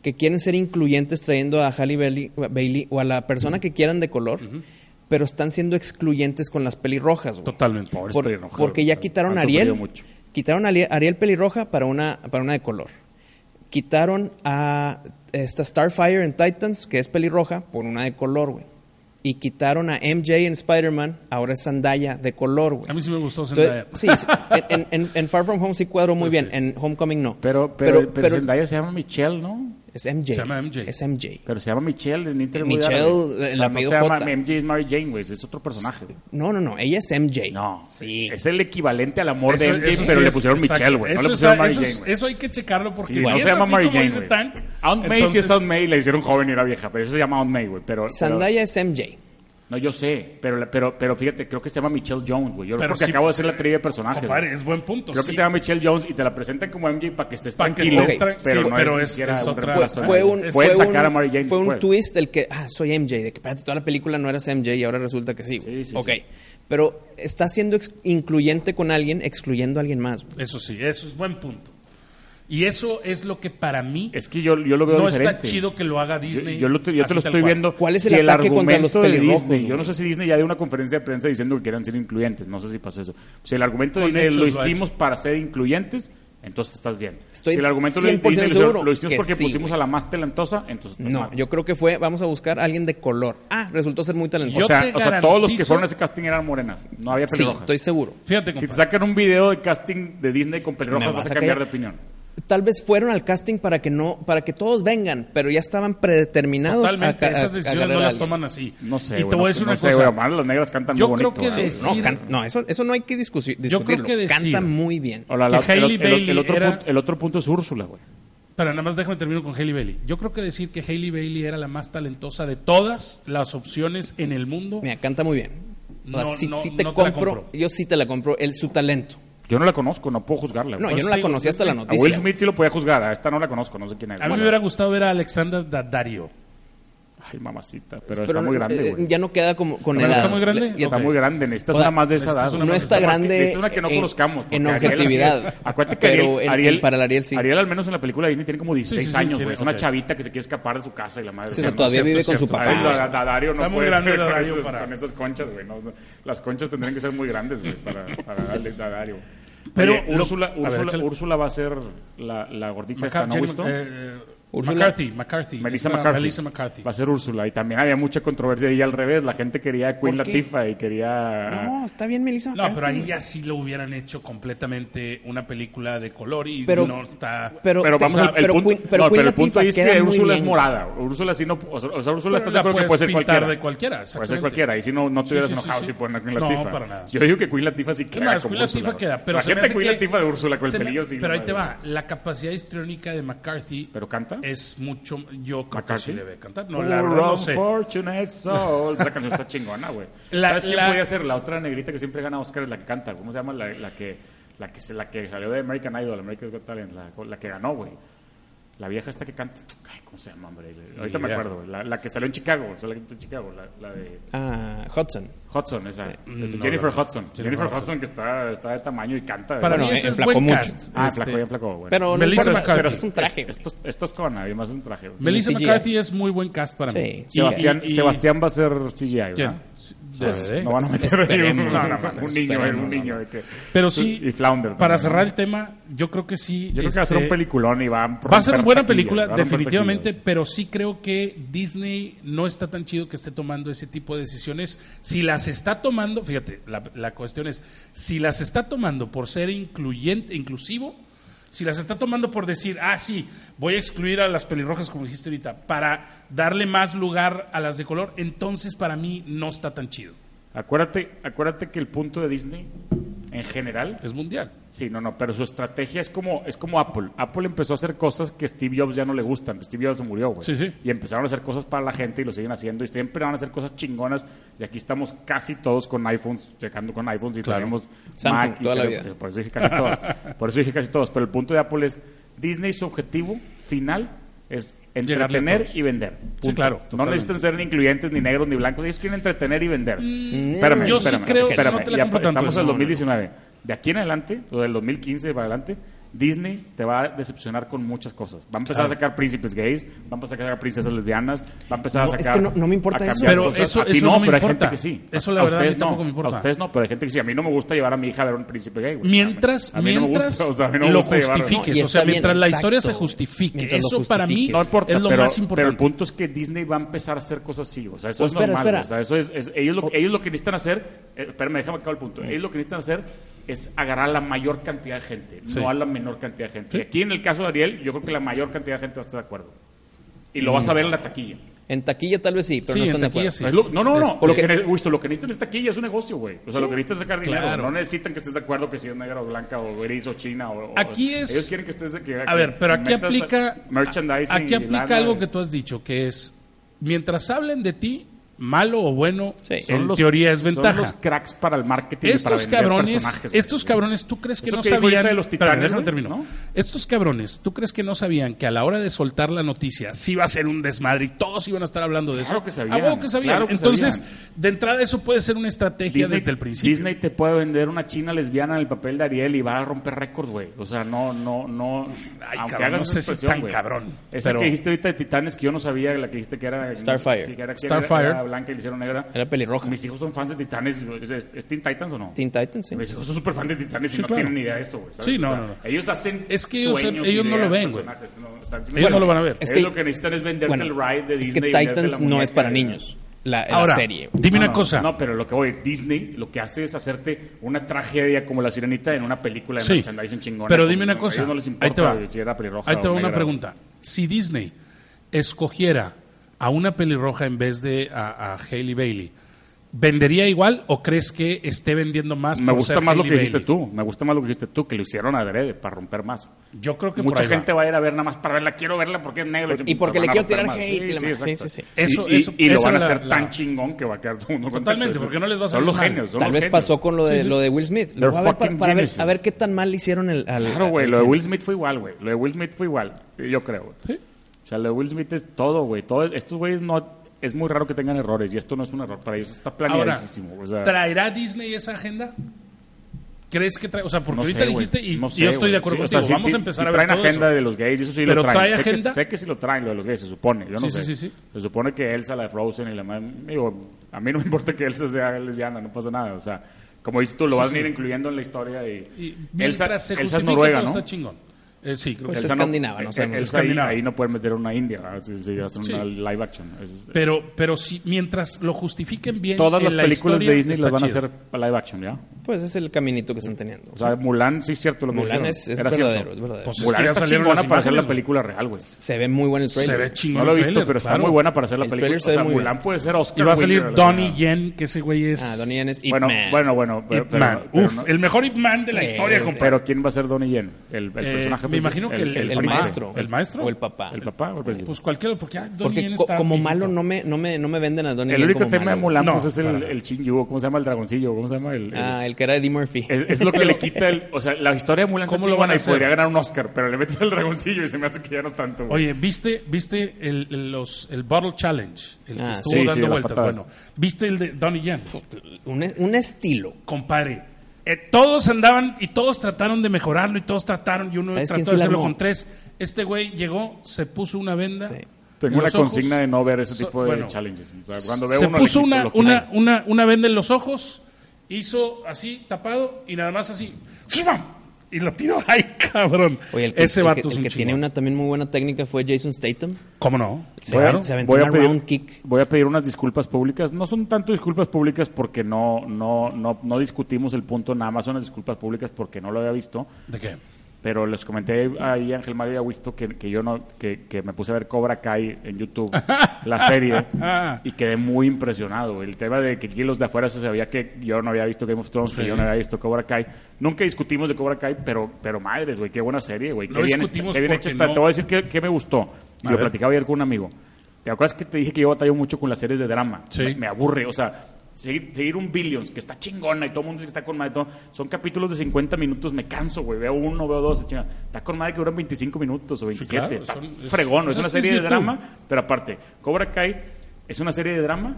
B: Que quieren ser incluyentes trayendo a Halle Bailey, Bailey o a la persona que quieran de color, pero están siendo excluyentes con las pelirrojas, güey.
A: Totalmente.
C: Pobres
B: Por-
C: pelirrojas,
B: porque ya
C: güey.
B: quitaron
C: Han
B: a Ariel.
C: sufrido mucho.
B: Quitaron a Ariel, Ariel pelirroja para una, para una de color. Quitaron a esta Starfire en Titans, que es pelirroja, por una de color, güey. Y quitaron a MJ en Spider-Man, ahora es Zendaya de color, güey.
A: A mí sí me gustó Zendaya.
B: Entonces, sí, sí, en, en- en- en Far From Home sí cuadró muy
A: Pues
B: bien, en Homecoming no.
C: Pero, pero, pero,
B: pero-
C: Zendaya se llama Michelle, ¿no?
B: es MJ.
A: Se llama MJ.
B: Es MJ.
C: Pero se llama Michelle en Inter
B: Michelle, el
C: no se
B: apellido
C: llama
B: J.
C: MJ es Mary Jane, güey. Es otro personaje. güey.
B: No, no, no, ella es MJ.
C: No.
B: Sí.
C: Es el equivalente al amor
A: Eso-
C: de MJ,
A: eso sí
C: pero le
A: es-
C: pusieron
A: exacto.
C: Michelle, güey. No
A: Eso
C: le
A: es-
C: pusieron Mary
A: eso es-
C: Jane, güey.
A: Eso hay que checarlo porque
C: Sí,
A: si
C: no
A: es
C: se llama
A: así
C: Mary
A: como
C: Jane.
A: dice
C: güey.
A: Tank,
C: Aunt May sí es
A: entonces-
C: Aunt May, la hicieron joven y era vieja, pero eso se llama Aunt May, güey. Pero, pero-
B: Zendaya es MJ.
C: no, yo sé, pero, la- pero, pero fíjate, creo que se llama Michelle Jones, güey. Yo
A: Pero
C: porque
A: sí,
C: acabo de hacer la trivia de personajes.
A: Compadre,
C: güey.
A: es buen punto.
C: Creo
A: sí.
C: que se llama Michelle Jones y te la presentan como MJ para que estés
A: Pa' que
C: tranquilo,
B: estés
A: tran-
C: pero
A: sí,
C: no
A: pero
C: es, ni
A: es-
C: siquiera
A: es
C: un
A: otra-
C: reemplazo.
B: Fue un,
A: Es-
C: Pueden
B: fue
C: sacar
B: un-
C: a Mary Jane
B: fue un
C: después.
B: twist el que, ah, soy MJ, de que espérate, toda la película no eras MJ y ahora resulta que sí. güey.
C: Sí, sí,
B: ok.
C: sí.
B: Pero está siendo ex- incluyente con alguien, excluyendo a alguien más. güey.
A: Eso sí, eso es buen punto. Y eso es lo que para mí
C: Es que yo, yo lo veo
A: no
C: diferente.
A: está chido que lo haga
C: Yo,
A: Disney.
C: yo lo, te- yo
A: así
C: te lo
A: tal
C: estoy
A: cual.
C: viendo.
B: ¿Cuál es el
C: si
B: ataque
C: argumento
B: contra los
C: de
B: pelirrojos,
C: Disney? Yo
B: güey?
C: no sé si Disney ya dio una conferencia de prensa diciendo que querían ser incluyentes. No sé si pasó eso. Si el argumento de
A: Con
C: Disney
A: hechos
C: lo
A: lo ha
C: hicimos para ser incluyentes, entonces estás bien.
B: Estoy
C: si el argumento de
B: 100%
C: Disney lo-
B: seguro
C: lo hicimos
B: que
C: porque
B: sí,
C: pusimos
B: güey.
C: a la más talentosa, entonces estás
B: No,
C: mal.
B: yo creo que fue, vamos a buscar a alguien de color. Ah, resultó ser muy talentoso.
C: o
A: Yo
C: sea,
A: te
C: o sea, todos los que
A: garantizo-
C: fueron a ese casting eran morenas. No había
B: sí,
C: pelirrojas.
B: estoy seguro.
A: Fíjate,
C: si te
A: compadre.
C: sacan un video de casting de Disney con pelirrojas,
B: Me
C: vas
B: vas
C: a
B: a
C: cambiar de
B: callar.
C: opinión.
B: Tal vez fueron al casting para que no, para que todos vengan, pero ya estaban predeterminados.
A: Totalmente,
B: a- a-
A: esas
B: a
A: decisiones
B: agarrar
A: no
B: a
A: las
B: alguien.
A: toman así.
C: No sé.
A: Y te
C: güey,
A: voy
C: no-
A: a decir
C: no
A: una
C: sé,
A: cosa.
C: güey, además las negras cantan
A: Yo
C: muy
A: creo
C: bonito.
A: que
C: güey.
A: decir-
B: No, can- no, eso, eso no hay que discusi- discutirlo.
A: que decir-
B: Canta muy bien.
C: Ahora,
A: que
C: la- el-
A: Hailey
C: el- el
A: Bailey
C: otro
A: era-
C: punto- el otro punto es Úrsula, güey.
A: Pero nada más déjame terminar con Hailey Bailey. Yo creo que decir que Hailey Bailey era la más talentosa de todas las opciones en el mundo.
B: Mira, canta muy bien. O sea,
A: No,
B: sí,
A: no,
B: sí te
A: no te la
B: compro,
A: compro.
B: yo sí te la compro, el, su talento.
C: Yo no la conozco, no puedo juzgarla.
B: No,
C: güey.
A: Pues
B: yo no la
A: digo,
B: conocí hasta la
C: a Will
B: noticia.
C: Smith sí lo podía juzgar, a esta no la conozco, no sé quién es.
A: A mí me
C: Bueno.
A: hubiera gustado ver a Alexander Daddario.
C: Ay, mamacita, pero, está muy
B: eh,
C: grande, güey.
B: ya no queda como con
A: ¿Está
B: edad.
A: muy grande?
B: Le- ya-
C: Está
A: Ok.
C: muy grande, necesitas
B: O sea,
C: una más de esa
A: necesitas
C: edad.
A: una
B: No
C: güey.
A: más
B: está
A: de-
B: grande
C: Es una que no
B: en-
C: conozcamos. porque
B: En
C: Ariel
B: objetividad.
C: así- Acuérdate que
B: pero
C: Ariel,
B: en-
C: Ariel-
B: en- para el Ariel sí.
C: Ariel, al menos en la película de Disney, tiene como 16
A: Sí, sí, sí,
C: años,
A: tiene-
C: güey. Es una
A: ok.
C: chavita que se quiere escapar de su casa y la madre.
B: Sí,
C: O sea,
B: sí, todavía
A: cierto,
B: vive con
A: cierto.
B: su
C: Ahí
A: Ariel
B: papá.
A: Dada-
C: da- da- Dario no
A: Está muy
C: puede
A: grande
C: ser con,
A: Dario
C: esos-
A: para-
C: con esas conchas, güey. no, o sea, las conchas tendrían que ser muy grandes, güey, para, para darle a Dario.
A: Pero
C: Pero
A: lo- a
C: Úrsula,
A: ver,
C: Úrsula,
A: échale.
C: Úrsula va a ser la, la gordita esta,
A: Maca-
C: ¿no,
A: Jane-
C: Wisto?
A: eh, eh,
B: Ursula-
A: McCarthy, McCarthy.
C: Melissa
A: Esta-
C: McCarthy.
A: Ah, Melissa McCarthy.
C: Va a ser Úrsula. Y también había mucha controversia ahí al revés. La gente quería a Queen
B: ¿Por qué?
C: Latifah y quería...
B: No, está bien Melissa
A: No, pero
B: McCarthy.
A: ahí ya sí lo hubieran hecho completamente una película de color y
B: Pero-
A: no está...
B: Pero,
C: Pero vamos
B: o sea,
C: al el
B: pero
C: punto,
B: Queen- pero
C: no,
B: Queen
C: pero el punto
B: Latifah
C: es
B: queda
C: que
B: muy
C: Úrsula es
B: bien.
C: morada. Úrsula sí no, o sea, o sea, Úrsula
A: Pero
C: está
A: la
C: seguro que
A: puedes
C: puede ser
A: pintar
C: cualquiera.
A: de cualquiera,
C: Puede ser
A: exactamente.
C: cualquiera. Y si no, no te
A: Sí,
C: hubieras
A: sí, sí,
C: enojado
A: sí.
C: si ponen a Queen
A: No,
C: Latifah.
A: para nada.
C: Yo digo que Queen Latifah sí
A: ¿Qué
C: queda
A: más?
C: como
A: Queen
C: Úrsula,
A: Latifah
C: güey.
A: queda, pero
C: Imagínate Queen
A: que-
C: Latifah de Úrsula con el
A: se me-
C: pelillo así,
A: Pero ahí
C: madre.
A: te va, Eh, la capacidad histriónica de McCarthy
C: ¿Pero canta?
A: es mucho... Yo creo que
C: ¿McCarthy?
A: sí debe cantar. No, la verdad
C: Poor
A: no sé.
C: unfortunate soul. Esa canción está chingona, güey.
A: La-
C: ¿Sabes quién
A: la-
C: podía ser? La otra negrita que siempre gana Oscar es la que canta. ¿Cómo se llama? La, la que, la, que, se- la que salió de American Idol, America's Got Talent. La, la que ganó, güey. La vieja esta que canta. Ay, ¿cómo se llama, hombre? Ahorita me
A: Yeah.
C: acuerdo. güey. La, la que salió en Chicago. O sea, la que cantó en Chicago. La, la de
B: Ah, Hudson.
C: Hudson, esa. Esa,
A: Eh, mm, no,
C: Jennifer
A: no, no.
C: Hudson.
A: Jennifer
C: Jennifer, Hudson,
A: Hudson
C: que está, está de tamaño y canta.
A: Para
C: güey.
B: Bueno,
A: mí ese
B: eh,
A: es
B: enflacó
A: buen
B: mucho.
A: cast.
C: Ah,
A: Este,
C: flacó, ya flacó, güey.
B: Pero,
A: Melissa
B: pero es-
A: McCarthy.
B: pero es un traje. güey.
C: Esto, esto es con además es un traje. güey.
A: Melissa
B: CGI.
A: McCarthy es muy buen cast para mí.
B: Sí.
A: Y-
C: Sebastián,
A: y- y-
C: Sebastián va a ser CGI, ¿verdad? Pues,
A: ¿Quién? Debe.
C: No van a meter ahí un,
B: Esperemos,
C: no, no,
B: no,
C: un
B: no,
C: niño,
B: esperemos,
C: un
B: no,
C: niño.
B: no.
C: de que-
A: Pero sí,
C: Y Flounder.
A: para
C: también,
A: cerrar
C: ¿no?
A: el tema, yo creo que sí. este,
C: Yo creo que va a ser un peliculón y va a
A: Va a ser
C: romper
A: una buena
C: taquillas,
A: película,
C: va a romper
A: definitivamente,
C: taquillas.
A: pero sí creo que Disney no está tan chido que esté tomando ese tipo de decisiones. Si las está tomando, fíjate, la, la cuestión es, si las está tomando por ser incluyente, inclusivo, si las está tomando por decir, ah, sí, voy a excluir a las pelirrojas, como dijiste ahorita, para darle más lugar a las de color, entonces para mí no está tan chido.
C: Acuérdate, acuérdate que el punto de Disney, en general,
A: Es mundial.
C: Sí, no, no, pero su estrategia es como, es como Apple. Apple empezó a hacer cosas que Steve Jobs ya no le gustan. Steve Jobs se murió, güey.
A: Sí, sí.
C: Y empezaron a hacer cosas para la gente y lo siguen haciendo. Y siempre van a hacer cosas chingonas. Y aquí estamos casi todos con iPhones, llegando con iPhones y
A: Claro.
C: tenemos
B: Samsung,
C: Mac. y
B: toda la
C: tenemos-
B: vida.
C: Por eso dije casi todos. Por eso dije casi todos. Pero el punto de Apple es, Disney su objetivo final es
A: Llegarle a
C: entretener
A: todos.
C: y vender. Punto.
A: claro,
C: No
A: totalmente.
C: necesitan ser ni incluyentes, ni negros, ni blancos. Ellos quieren entretener y vender. Espérame,
A: Yo sí
C: espérame,
A: creo que
C: espérame.
A: no te la
C: Ya
A: compro tanto
C: estamos
A: eso.
C: en el
A: No, no, no.
C: 2019. De aquí en adelante, o del 2015 para adelante, Disney te va a decepcionar con muchas cosas. Va a empezar
A: Claro.
C: a sacar príncipes gays, va a empezar a sacar princesas lesbianas, va a empezar
B: No,
C: a
B: es
C: sacar...
B: que no- no me importa
C: a
B: eso.
C: cambiar
A: Pero
C: cosas.
A: eso-
C: A ti
A: eso
C: no,
A: no me
C: pero hay
A: importa.
C: gente que sí.
A: Eso, la verdad, a mí
C: ustedes no.
A: tampoco me importa.
C: A ustedes no, pero hay gente que sí. A mí no me gusta llevar a mi hija a ver un príncipe gay. güey.
A: Mientras,
C: A mí no me
A: mientras
C: gusta, o sea, a mí no me
A: lo
C: gusta llevar-
A: justifiques,
B: No, y
A: o sea,
B: está bien,
A: mientras la
B: exacto.
A: historia se justifique,
B: Mientras lo
A: eso para mí
B: justifiques.
C: No importa,
A: es lo
C: pero,
A: más
C: pero
A: importante. Pues
C: el punto es que Disney va a empezar a hacer cosas así. O sea, eso
B: Oh,
C: es
B: espera,
C: normal.
B: espera.
C: O sea, eso es, es- ellos, lo, ellos lo que necesitan hacer. eh, espérame, déjame acabar el
A: Mm.
C: punto. Ellos lo que necesitan hacer es agarrar a la mayor cantidad de gente,
A: Sí.
C: no a la menor cantidad de gente.
A: Sí.
C: Y aquí en el caso de Ariel, yo creo que la mayor cantidad de gente va a estar de acuerdo. Y lo vas a ver en la taquilla.
B: En taquilla tal vez sí, pero
A: Sí,
B: no
A: en
B: están de
A: taquilla
B: acuerdo.
A: Mm. sí.
C: Es lo- no, no, no.
A: Este-
C: Lo que, ne- Wisto, lo que necesitan es taquilla, es un negocio, güey. O sea, lo que necesitan es sacar dinero.
A: Claro.
C: No necesitan que estés de acuerdo que si es negra o blanca o gris o china. O, o-
A: Aquí es-
C: Ellos quieren que estés de que,
A: A ver, pero aquí
C: metas
A: aplica
C: Merchandising.
A: aquí
C: y
A: aplica
C: lana.
A: algo que tú has dicho, que es mientras hablen de ti, malo o bueno,
B: Sí.
A: en teoría es ventaja.
C: Son los cracks para el marketing. y para
A: estos
C: vender
A: cabrones,
C: personajes, güey.
A: estos cabrones, ¿tú crees que
C: Eso
A: no
C: que dijo
A: sabían?
C: ahorita de los
A: Espérame,
C: titanes,
A: déjame
C: güey,
A: termino.
C: ¿no?
A: Estos cabrones, ¿tú crees que no sabían que a la hora de soltar la noticia sí iba a ser un desmadre y todos iban a estar hablando de
C: Claro
A: eso?
C: que sabían,
A: A huevo que sabían.
C: claro que
A: Entonces,
C: sabían.
A: de entrada eso puede ser una estrategia desde el principio.
C: Disney te puede vender una china lesbiana en el papel de Ariel y va a romper récords, güey. O sea, no, no, no.
A: Ay,
C: aunque
A: cabrón,
C: hagas
A: no
C: esa
A: sé si
C: expresión,
A: tan
C: güey.
A: cabrón,
C: Esa
A: pero-
C: que dijiste ahorita de Titanes que yo no sabía, la que dijiste que era.
B: Starfire.
C: Que era, que
A: Starfire.
C: era blanca y le hicieron negra.
B: Era pelirroja.
C: Mis hijos son fans de Titanes. ¿Es, es- es Teen Titans o no?
B: Teen Titans, sí.
C: Mis hijos son súper fans de Titanes y
A: Sí,
C: no
A: claro.
C: tienen ni idea de eso, güey. ¿sabes?
A: Sí, no,
C: O sea,
A: no, no.
C: Ellos hacen
A: Es que ellos-
C: sueños,
A: ellos no lo
C: ideas,
A: ven, güey.
C: personajes, ¿no? O sea,
A: Ellos no lo van a ver.
B: es
C: Es
B: que-
C: lo que necesitan es venderte
B: Bueno,
C: el ride de
B: es
C: Disney.
B: que
C: y venderte
B: Titans
C: la
B: no es
C: muñeca.
B: para niños. La, la
A: Ahora,
B: serie.
A: dime
C: No,
A: una
C: no,
A: cosa.
C: No, pero lo que voy, Disney lo que hace es hacerte una tragedia como la sirenita en una película de
A: Sí.
C: merchandising chingona.
A: Pero
C: con-
A: dime una
C: a
A: cosa.
C: ellos no les importa
A: ahí te va.
C: si era pelirroja
A: ahí te
C: o
A: va una
C: negra.
A: pregunta. Si Disney escogiera a una pelirroja en vez de a, a Hailey Bailey, ¿vendería igual o crees que esté vendiendo más?
C: Me
A: por
C: gusta
A: ser
C: más lo que
A: Hailey
C: dijiste
A: Bailey?
C: tú. Me gusta más lo que dijiste tú, que lo hicieron adrede para romper más.
A: Yo creo que
C: Mucha
A: por ahí va.
C: gente va. a ir a ver nada más para verla. Quiero verla porque es negra.
B: Y porque
C: Van
B: le
C: a
B: quiero
C: romper
B: tirar
C: más.
B: hate y la madre.
C: exacto.
B: Sí, sí, sí.
A: Eso-
C: y, y-
A: eso-
C: y lo
A: esa
C: van a
A: la-
C: hacer
A: la-
C: tan chingón que va a quedar todo el mundo contento.
A: Totalmente,
C: Eso-
A: porque no les va a
C: Son
A: salir
C: los
A: mal.
C: genios. son
B: Tal
C: los
B: vez
C: genios.
B: pasó con lo de,
A: Sí, sí.
B: lo de Will Smith.
C: They're
B: Lo voy a ver para,
C: fucking
B: para ver,
C: geniuses.
B: a ver qué tan mal le hicieron el, al.
C: Claro,
B: al-
C: güey.
B: al-
C: Lo de Will Smith fue igual, güey. Lo de Will Smith fue igual. Yo creo.
A: Sí.
C: O sea, lo de Will Smith es todo, güey. Todo, estos güeyes no... Es muy raro que tengan errores y esto no es un error. Para ellos está
A: Ahora,
C: planeadísimo. o sea,
A: ¿traerá Disney esa agenda? ¿Crees que trae? O sea, porque
C: no sé,
A: ahorita
C: güey.
A: dijiste, y,
C: No
A: y
C: sé,
A: yo estoy
C: güey.
A: de acuerdo
C: Sí, o
A: contigo,
C: sea, sí,
A: vamos
C: sí,
A: a empezar
C: sí
A: a ver
C: traen
A: todo
C: agenda
A: eso.
C: de los gays, eso sí
A: Pero
C: lo traen.
A: ¿trae
C: sé,
A: agenda?
C: Que, sé que sí lo traen, lo de los gays, se supone. Yo no
A: Sí,
C: sé.
A: sí, sí, sí.
C: Se supone que Elsa, la de Frozen y la madre... Digo, a mí no me importa que Elsa sea lesbiana, no pasa nada. O sea, como dices tú, lo van a ir incluyendo en la historia y...
A: Y
C: Elsa,
A: mientras se
C: Elsa es
A: justifique,
C: Noruega,
A: todo
C: ¿no?
A: está chingón. Eh, sí, creo
B: Pues
A: que
B: es
A: sí.
B: escandinava, no
C: eh,
B: sabemos.
C: Elsa ahí,
A: Escandinava.
C: ahí no pueden meter una india, ¿verdad? Si, si hacen una
A: Sí.
C: live action. Es-
A: Pero, pero si, mientras lo justifiquen bien.
C: Todas
A: en
C: las
A: la
C: películas de
A: historia,
C: Disney
A: está
C: las van a
A: chido.
C: hacer live action, ¿ya?
B: Pues es el caminito que están teniendo.
C: O sea, Mulan sí es cierto lo que
B: Mulan
C: dijeron.
B: es, es
C: Era cierto.
B: verdadero, es verdadero.
A: Pues- Es
C: Mulan
A: que ya
C: está
A: salieron
C: chingona
A: las
C: para hacer la
A: imágenes,
C: película real, güey.
B: se ve muy buen el
A: Se
B: trailer.
A: ve chingón.
C: No lo he
A: el
C: visto,
A: trailer,
C: pero está
A: claro.
C: muy buena para hacer la
B: El
C: película. O
B: trailer se ve
C: sea,
B: muy bien.
C: Mulan puede ser Oscar.
A: Y va a salir
C: winner, la
A: Donnie
C: verdad.
A: Yen, que ese güey es.
B: Ah, Donnie Yen es Ip
C: Bueno,
B: Man.
C: bueno, bueno. Pero,
A: Ip
C: pero-
A: Man.
C: pero
A: Uf,
C: no-
A: el mejor Ip Man de la
B: Eh,
A: historia,
B: sí.
A: compadre.
C: pero ¿quién va a ser Donnie Yen? El, el
A: Eh,
C: personaje.
A: me imagino que el-
B: el,
A: el
B: maestro.
A: el maestro.
B: O el papá.
C: El papá o el príncipe.
A: Pues cualquiera, porque ya Donnie Yen
B: Porque co-
A: está
B: como
A: viejito.
B: malo no me, no, me, no me venden a Donnie
C: El
B: Yen
C: único
B: como
C: tema de
B: malo.
C: Mulan
A: No,
C: pues, es
A: para
C: el,
A: nada.
C: el Chinyu, ¿cómo se llama? El dragoncillo, ¿cómo se llama? El, el-
B: Ah, el que era Eddie Murphy.
C: es, es lo que le quita el. O sea, la historia de Mulan está
A: ¿Cómo lo
C: chingona
A: van a
C: y
A: hacer?
C: podría ganar un Oscar, pero le metes el dragoncillo y se me hace que ya no tanto. güey.
A: Oye, ¿viste, viste el, el- los, el Bottle Challenge? El que
B: Ah,
A: estuvo
C: sí, sí,
A: dando
C: las
A: vueltas.
C: patadas.
A: Bueno, ¿viste el de Donnie Yen?
B: un, es- un estilo.
A: Compadre. eh, todos andaban y todos trataron de mejorarlo y todos trataron y uno
B: ¿Sabes
A: trató
B: quién
A: de
B: sí la
A: hacerlo
B: armó?
A: con tres. Este güey llegó, se puso una venda.
B: Sí.
A: en
C: Tengo una
A: los ojos.
C: consigna de no ver ese
A: So-
C: tipo de
A: bueno,
C: challenges. O sea, cuando veo
A: se
C: uno, le
A: puso
C: quito
A: una,
C: lo que
A: una,
C: hay.
A: una, una venda en los ojos, hizo así, tapado, y nada más así. ¡shubam! Y lo tiró. ¡Ay, cabrón!
B: Oye, el que,
A: Ese
B: el
A: vato
B: que-
A: es
B: el
A: un
B: que tiene
A: chingón.
B: una también muy buena técnica fue Jason Statham.
A: ¿Cómo no?
B: Se,
C: Voy a,
B: se aventó
C: voy a
B: una
C: pedir,
B: round kick.
C: voy a pedir unas disculpas públicas. No son tanto disculpas públicas porque no, no, no, no discutimos el punto, nada más son las disculpas públicas porque no lo había visto.
A: ¿De qué?
C: Pero les comenté ahí a Ángel Mario y a Wisto que, que yo no, que, que me puse a ver Cobra Kai en YouTube, la serie,
A: Ah.
C: y quedé muy impresionado. El tema de que aquí los de afuera se sabía que yo no había visto Game of Thrones, que
A: Sí.
C: yo no había visto Cobra Kai. Nunca discutimos de Cobra Kai, pero, pero madres, güey, qué buena serie, güey.
A: No
C: qué bien
A: discutimos
C: está- qué bien
A: porque
C: hecha está.
A: no-
C: Te voy a decir que, que me gustó.
A: A
C: lo
A: ver.
C: platicaba ayer con un amigo. ¿Te acuerdas que te dije que yo batallo mucho con las series de drama?
A: Sí.
C: Me, me aburre, o sea, Seguir, seguir un Billions, que está chingona y todo el mundo dice que está con madre. y todo. Son capítulos de 50 minutos, me canso, güey. Veo uno, veo dos, chinga. Está con madre que duran 25 minutos o 27.
A: claro,
C: está
A: son- es-
C: fregón. Es,
A: pues
C: una
A: es que es
C: serie de
A: YouTube.
C: drama, pero aparte, Cobra Kai es una serie de drama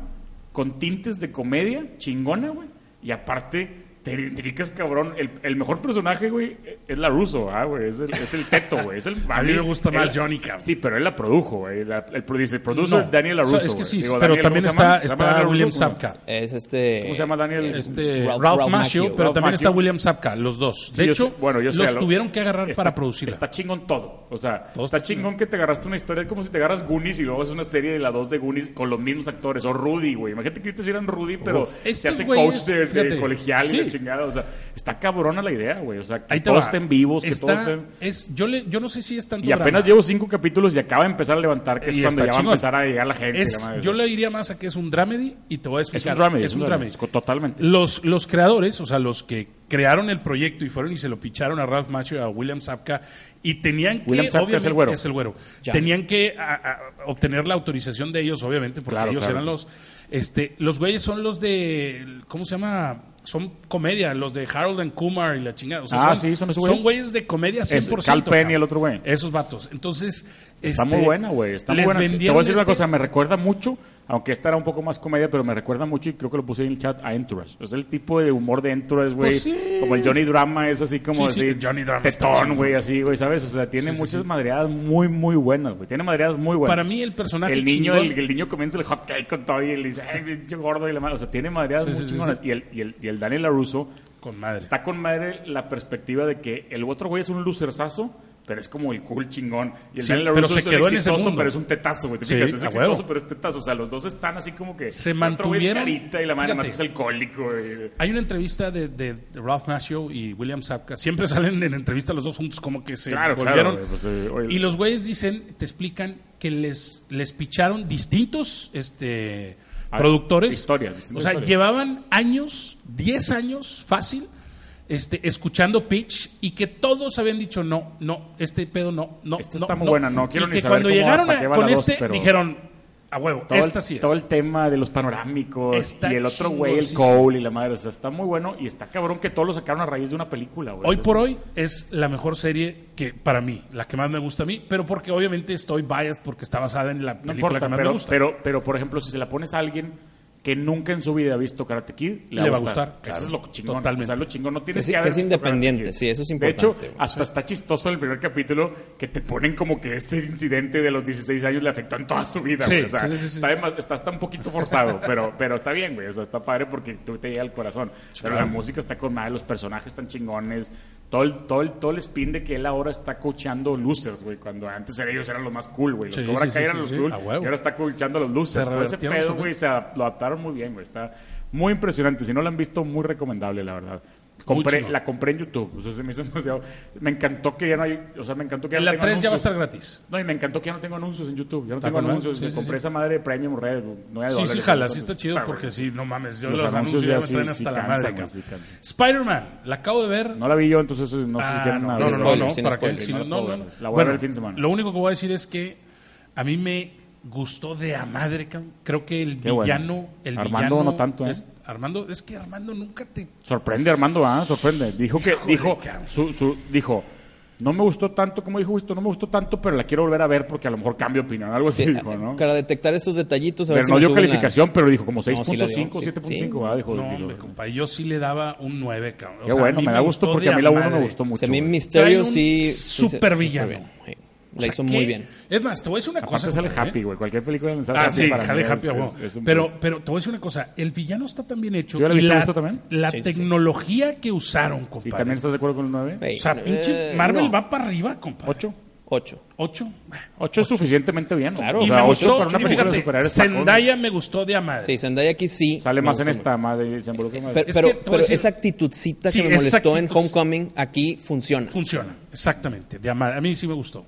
C: con tintes de comedia chingona, güey. Y aparte, te identificas, cabrón. El, el mejor personaje, güey, es la Russo, ah, güey. Es el, es el teto, güey. Es el-
A: A mí me gusta más
C: el-
A: Johnny, cabrón.
C: Sí, pero él la produjo, güey. La- El producer, producer
A: No.
C: Daniel
A: O
C: LaRusso.
A: sea, es que
C: güey.
A: sí,
C: Digo,
A: pero
C: Daniel,
A: también
C: ¿cómo se llama?
A: está,
C: ¿Se llama
A: está
C: Daniel LaRusso?
A: William Sapka.
B: Es este.
C: ¿Cómo se llama Daniel?
A: Este,
B: Ralph-
A: Ralph,
B: Ralph
A: Macchio,
B: Macchio.
A: pero
C: Ralph
A: también está
C: Macchio.
A: William Sapka, los dos.
C: Sí,
A: De
C: yo
A: hecho,
C: sé- bueno, yo sé,
A: los
C: lo-
A: tuvieron que agarrar
C: está-
A: para producirla.
C: Está chingón todo. O sea,
A: Todo
C: está
A: está chingón.
C: chingón que te agarraste una historia. Es como si te agarras Goonies y luego es una serie de la dos de Goonies con los mismos actores. O Rudy, güey. Imagínate que ahorita eran Rudy, pero se
A: Estos
C: hace coach
A: güeyes,
C: de, de
A: fíjate,
C: colegial y la
A: sí.
C: chingada. O sea, está cabrona la idea, güey. O sea, que
A: Ahí te
C: todos
A: va.
C: estén vivos, que
A: Está-
C: todos estén.
A: es- yo, le- yo no sé si es tanto
C: Y apenas
A: drama.
C: llevo cinco capítulos y acaba de empezar a levantar, que es
A: Y
C: cuando
A: está
C: ya va a
A: chingón.
C: empezar a llegar la gente. y
A: Es-
C: la madre.
A: yo le diría más a que es un dramedy y te voy a
C: es
A: explicar.
C: un drama,
A: Es un dramedy.
C: Totalmente.
A: Los, los creadores, o sea, los que crearon el proyecto y fueron y se lo picharon a Ralph Macchio y a William Sapka y tenían que
C: William Sapka es
A: obviamente
C: el güero.
B: Ya.
A: tenían que a- a- obtener la autorización de ellos obviamente porque
C: Claro,
A: ellos
C: claro.
A: eran los este los güeyes son los de ¿cómo se llama? Son comedia, los de Harold and Kumar y la chingada. O sea,
C: Ah,
A: son,
C: sí, son esos
A: son
C: güeyes.
A: güeyes de comedia 100%.
C: Cal Penn y
A: cabrón.
C: el otro güey.
A: Esos vatos. Entonces,
C: Está
A: este,
C: muy buena, güey. Está muy
A: les
C: buena. Te- Te
A: vendieron
C: voy a decir una
A: este-
C: cosa, me recuerda mucho, aunque esta era un poco más comedia, pero me recuerda mucho, y creo que lo puse en el chat, a Entourage. Es el tipo de humor de Entourage, güey.
A: Pues sí.
C: Como el Johnny Drama, es así como
A: Sí, sí,
C: así,
A: Johnny Drama está
C: Tetón,
A: chingón.
C: güey, así, güey, ¿sabes? O sea, tiene muchas madreadas muy, muy buenas, güey. Tiene madreadas muy buenas.
A: Para mí el personaje
C: El niño,
A: chingón-
C: el, el niño comienza el hot cake con todo y él dice, ay, pinche gordo y la madre. O sea, tiene madreadas
A: Sí,
C: muy
A: sí, sí,
C: chingonas.
A: sí.
C: Y, el, y, el, y el Daniel LaRusso
A: con madre.
C: Está con madre la perspectiva de que el otro güey es un lucerzazo, pero es como el cool chingón. Y el
A: Sí,
C: Daniel
A: pero
C: LaRusso
A: se
C: es el
A: quedó en ese
C: exitoso,
A: mundo.
C: pero es un tetazo, güey. ¿Te
A: Sí,
C: fijas? Es
A: a
C: exitoso,
A: huevo.
C: pero es tetazo. O sea, los dos están así como que...
A: Se
C: El otro
A: mantuvieron-
C: güey es carita y la madre más que es
A: Fíjate.
C: alcohólico. güey.
A: Hay una entrevista de, de- de Ralph Macchio y William Sapka. Siempre salen en entrevista los dos juntos, como que se
C: Claro, claro,
A: volvieron.
C: güey, pues, eh, oye.
A: y los güeyes dicen, te explican que les, les picharon distintos este,
C: Ah,
A: productores.
C: historias, distintas
A: o sea,
C: historias.
A: llevaban años, 10 años, fácil, este, escuchando pitch y que todos habían dicho, no, no, este pedo no, no.
C: Esta
A: no,
C: está muy
A: no".
C: buena, no quiero
A: y
C: ni
A: que
C: saber
A: cuando
C: cómo-
A: llegaron
C: para
A: a-
C: qué va la
A: con
C: dos,
A: este,
C: pero-
A: dijeron, a huevo,
C: Todo,
A: esta
C: el,
A: sí es.
C: todo el tema de los panorámicos
A: Está
C: y el otro
A: chingón,
C: güey, el
A: sí,
C: Cole y la madre. O sea, está muy bueno y está cabrón que todos lo sacaron a raíz de una película, güey.
A: Hoy
C: O sea,
A: por hoy es la mejor serie que para mí, la que más me gusta a mí, pero porque obviamente estoy biased porque está basada en la
C: No
A: película
C: importa,
A: que más
C: pero,
A: me gusta.
C: pero, pero por ejemplo, si se la pones a alguien que nunca en su vida ha visto Karate Kid, le,
A: Le va a gustar,
C: Eso es
A: claro.
C: lo chingón.
A: Totalmente.
C: O sea, lo chingón no tienes
B: Que
C: que,
B: sí- que
C: haber
B: es
C: visto Karate
B: independiente,
C: Kid.
B: sí, eso es
C: De
B: importante,
C: hecho,
B: güey.
C: hasta está chistoso el primer capítulo que te ponen como que ese incidente de los 16 años le afectó en toda su vida,
A: Sí,
C: güey. O sea,
A: sí, sí, sí,
C: está, dema- está hasta un poquito forzado, pero, pero está bien, güey. O sea, está padre porque tú te llega al corazón. Pero la música está con madre, los personajes están chingones. Todo el, todo, el, todo el spin de que él ahora está coachando losers, güey. Cuando antes era- ellos eran los más cool, güey. Los
A: Sí,
C: que ahora
A: sí, sí,
C: eran
A: sí,
C: los
A: sí,
C: cool.
A: a huevo.
C: Y ahora está coachando a los losers.
A: Se
C: Todo ese
A: revertieron
C: pedo,
A: su-
C: güey, se a- lo adaptaron muy bien, güey. Está muy impresionante. Si no lo han visto, muy recomendable, la verdad. Compré,
A: chingón.
C: la compré en YouTube. O sea, se me hizo demasiado. Me encantó que ya no hay. O sea, me encantó que ya
A: en la
C: no tengo
A: 3 ya va a
C: anuncios.
A: estar gratis.
C: No, y me encantó que ya no tengo anuncios en YouTube. Ya no
A: Está
C: tengo
A: con madre.
C: anuncios.
A: Sí,
C: me
A: sí,
C: compré
A: sí.
C: esa madre de Premium Red. nueve
A: Sí,
C: dólares.
A: sí, jala, sí está chido
C: Claro,
A: porque
C: güey.
A: sí, no mames, yo
C: Los
A: los, anuncios
C: anuncios ya
A: ya me
C: sí-
A: traen
C: sí
A: hasta la
C: cansan,
A: madre.
C: güey,
A: cabrón.
C: sí cansan.
A: Spider-Man, la acabo de ver.
C: No la vi yo, entonces no sé si
A: Ah,
C: quieren
A: no, no,
C: hablar de
A: no,
C: eso.
A: no,
B: Spoiler,
A: no,
B: sin
A: para que-
B: spoiler,
A: sí,
B: no
A: no, no, no.
C: spoiler. La voy a
A: Bueno,
C: ver el fin de semana.
A: Lo único que voy a decir es que a mí me gustó de a madre, cabrón. creo que el
C: Qué bueno.
A: villano, el
C: Armando
A: villano-
C: no tanto, ¿eh?
A: es- Armando, es que Armando nunca te
C: Sorprende Armando, ah, sorprende. Dijo que dijo
A: cabrón.
C: su, su- dijo no me gustó tanto como dijo esto, no me gustó tanto, pero la quiero volver a ver porque a lo mejor cambio de opinión, algo así
B: Sí,
C: dijo, ¿no?
B: Para detectar esos detallitos, a
C: Pero
B: ver si
C: no
B: me
C: dio
B: suben la-
C: calificación, pero dijo como
B: sí
C: 6.5,
B: la dio,
C: 7.5,
B: sí. Sí.
C: ¿verdad? Dijo,
A: No,
C: dijo.
A: hombre, compa, yo sí le daba un 9, cabrón. O
C: Qué
A: sea, a
C: bueno,
A: mí
C: me da gusto
A: gustó
C: porque
A: de
C: a mí la 1 me
A: madre.
C: gustó
B: O
C: mucho.
B: sea, a mí
C: güey.
A: Trae
B: Mysterio
A: un
B: sí. sí,
A: supervillano.
B: superbién, sí.
A: O
B: La
A: sea,
B: hizo
A: que-
B: muy bien.
A: Es más, te voy a decir una
C: Aparte
A: cosa.
C: sale
A: compa, ¿eh?
C: happy, güey. Cualquier película me sale
A: Ah,
C: happy
A: sí,
C: para mí
A: jale
C: es-
A: happy, a huevo.
C: es- es un
A: pero,
C: plus.
A: pero te voy a decir una cosa. El villano está tan bien hecho.
C: ¿Yo la
A: y
C: viste
A: la,
C: esto también?
A: la
B: Sí, sí, sí.
A: tecnología que usaron,
C: ¿Y
A: compadre.
C: también estás de acuerdo con el 9?
A: O sea, pinche
B: Eh,
A: Marvel va para arriba, compadre.
C: 8.
B: 8.
A: 8.
C: 8 es suficientemente bien.
B: Claro.
C: güey.
A: y
C: o sea,
A: me
C: 8
A: gustó,
C: para una
A: y
C: película de
A: fíjate,
C: superhéroes. está con-
A: Zendaya me gustó de a madre.
B: Sí, Zendaya aquí sí.
C: Sale
B: me
C: más en
B: gustó mucho.
C: esta, madre. Se involucra más.
B: Pero,
A: Es
B: pero,
A: que te voy a
B: pero
A: decir-
B: esa actitudcita
A: Sí,
B: que me
A: esa
B: molestó en
A: actitud-
B: Homecoming, aquí funciona.
A: Funciona, exactamente. De a madre. A mí sí me gustó.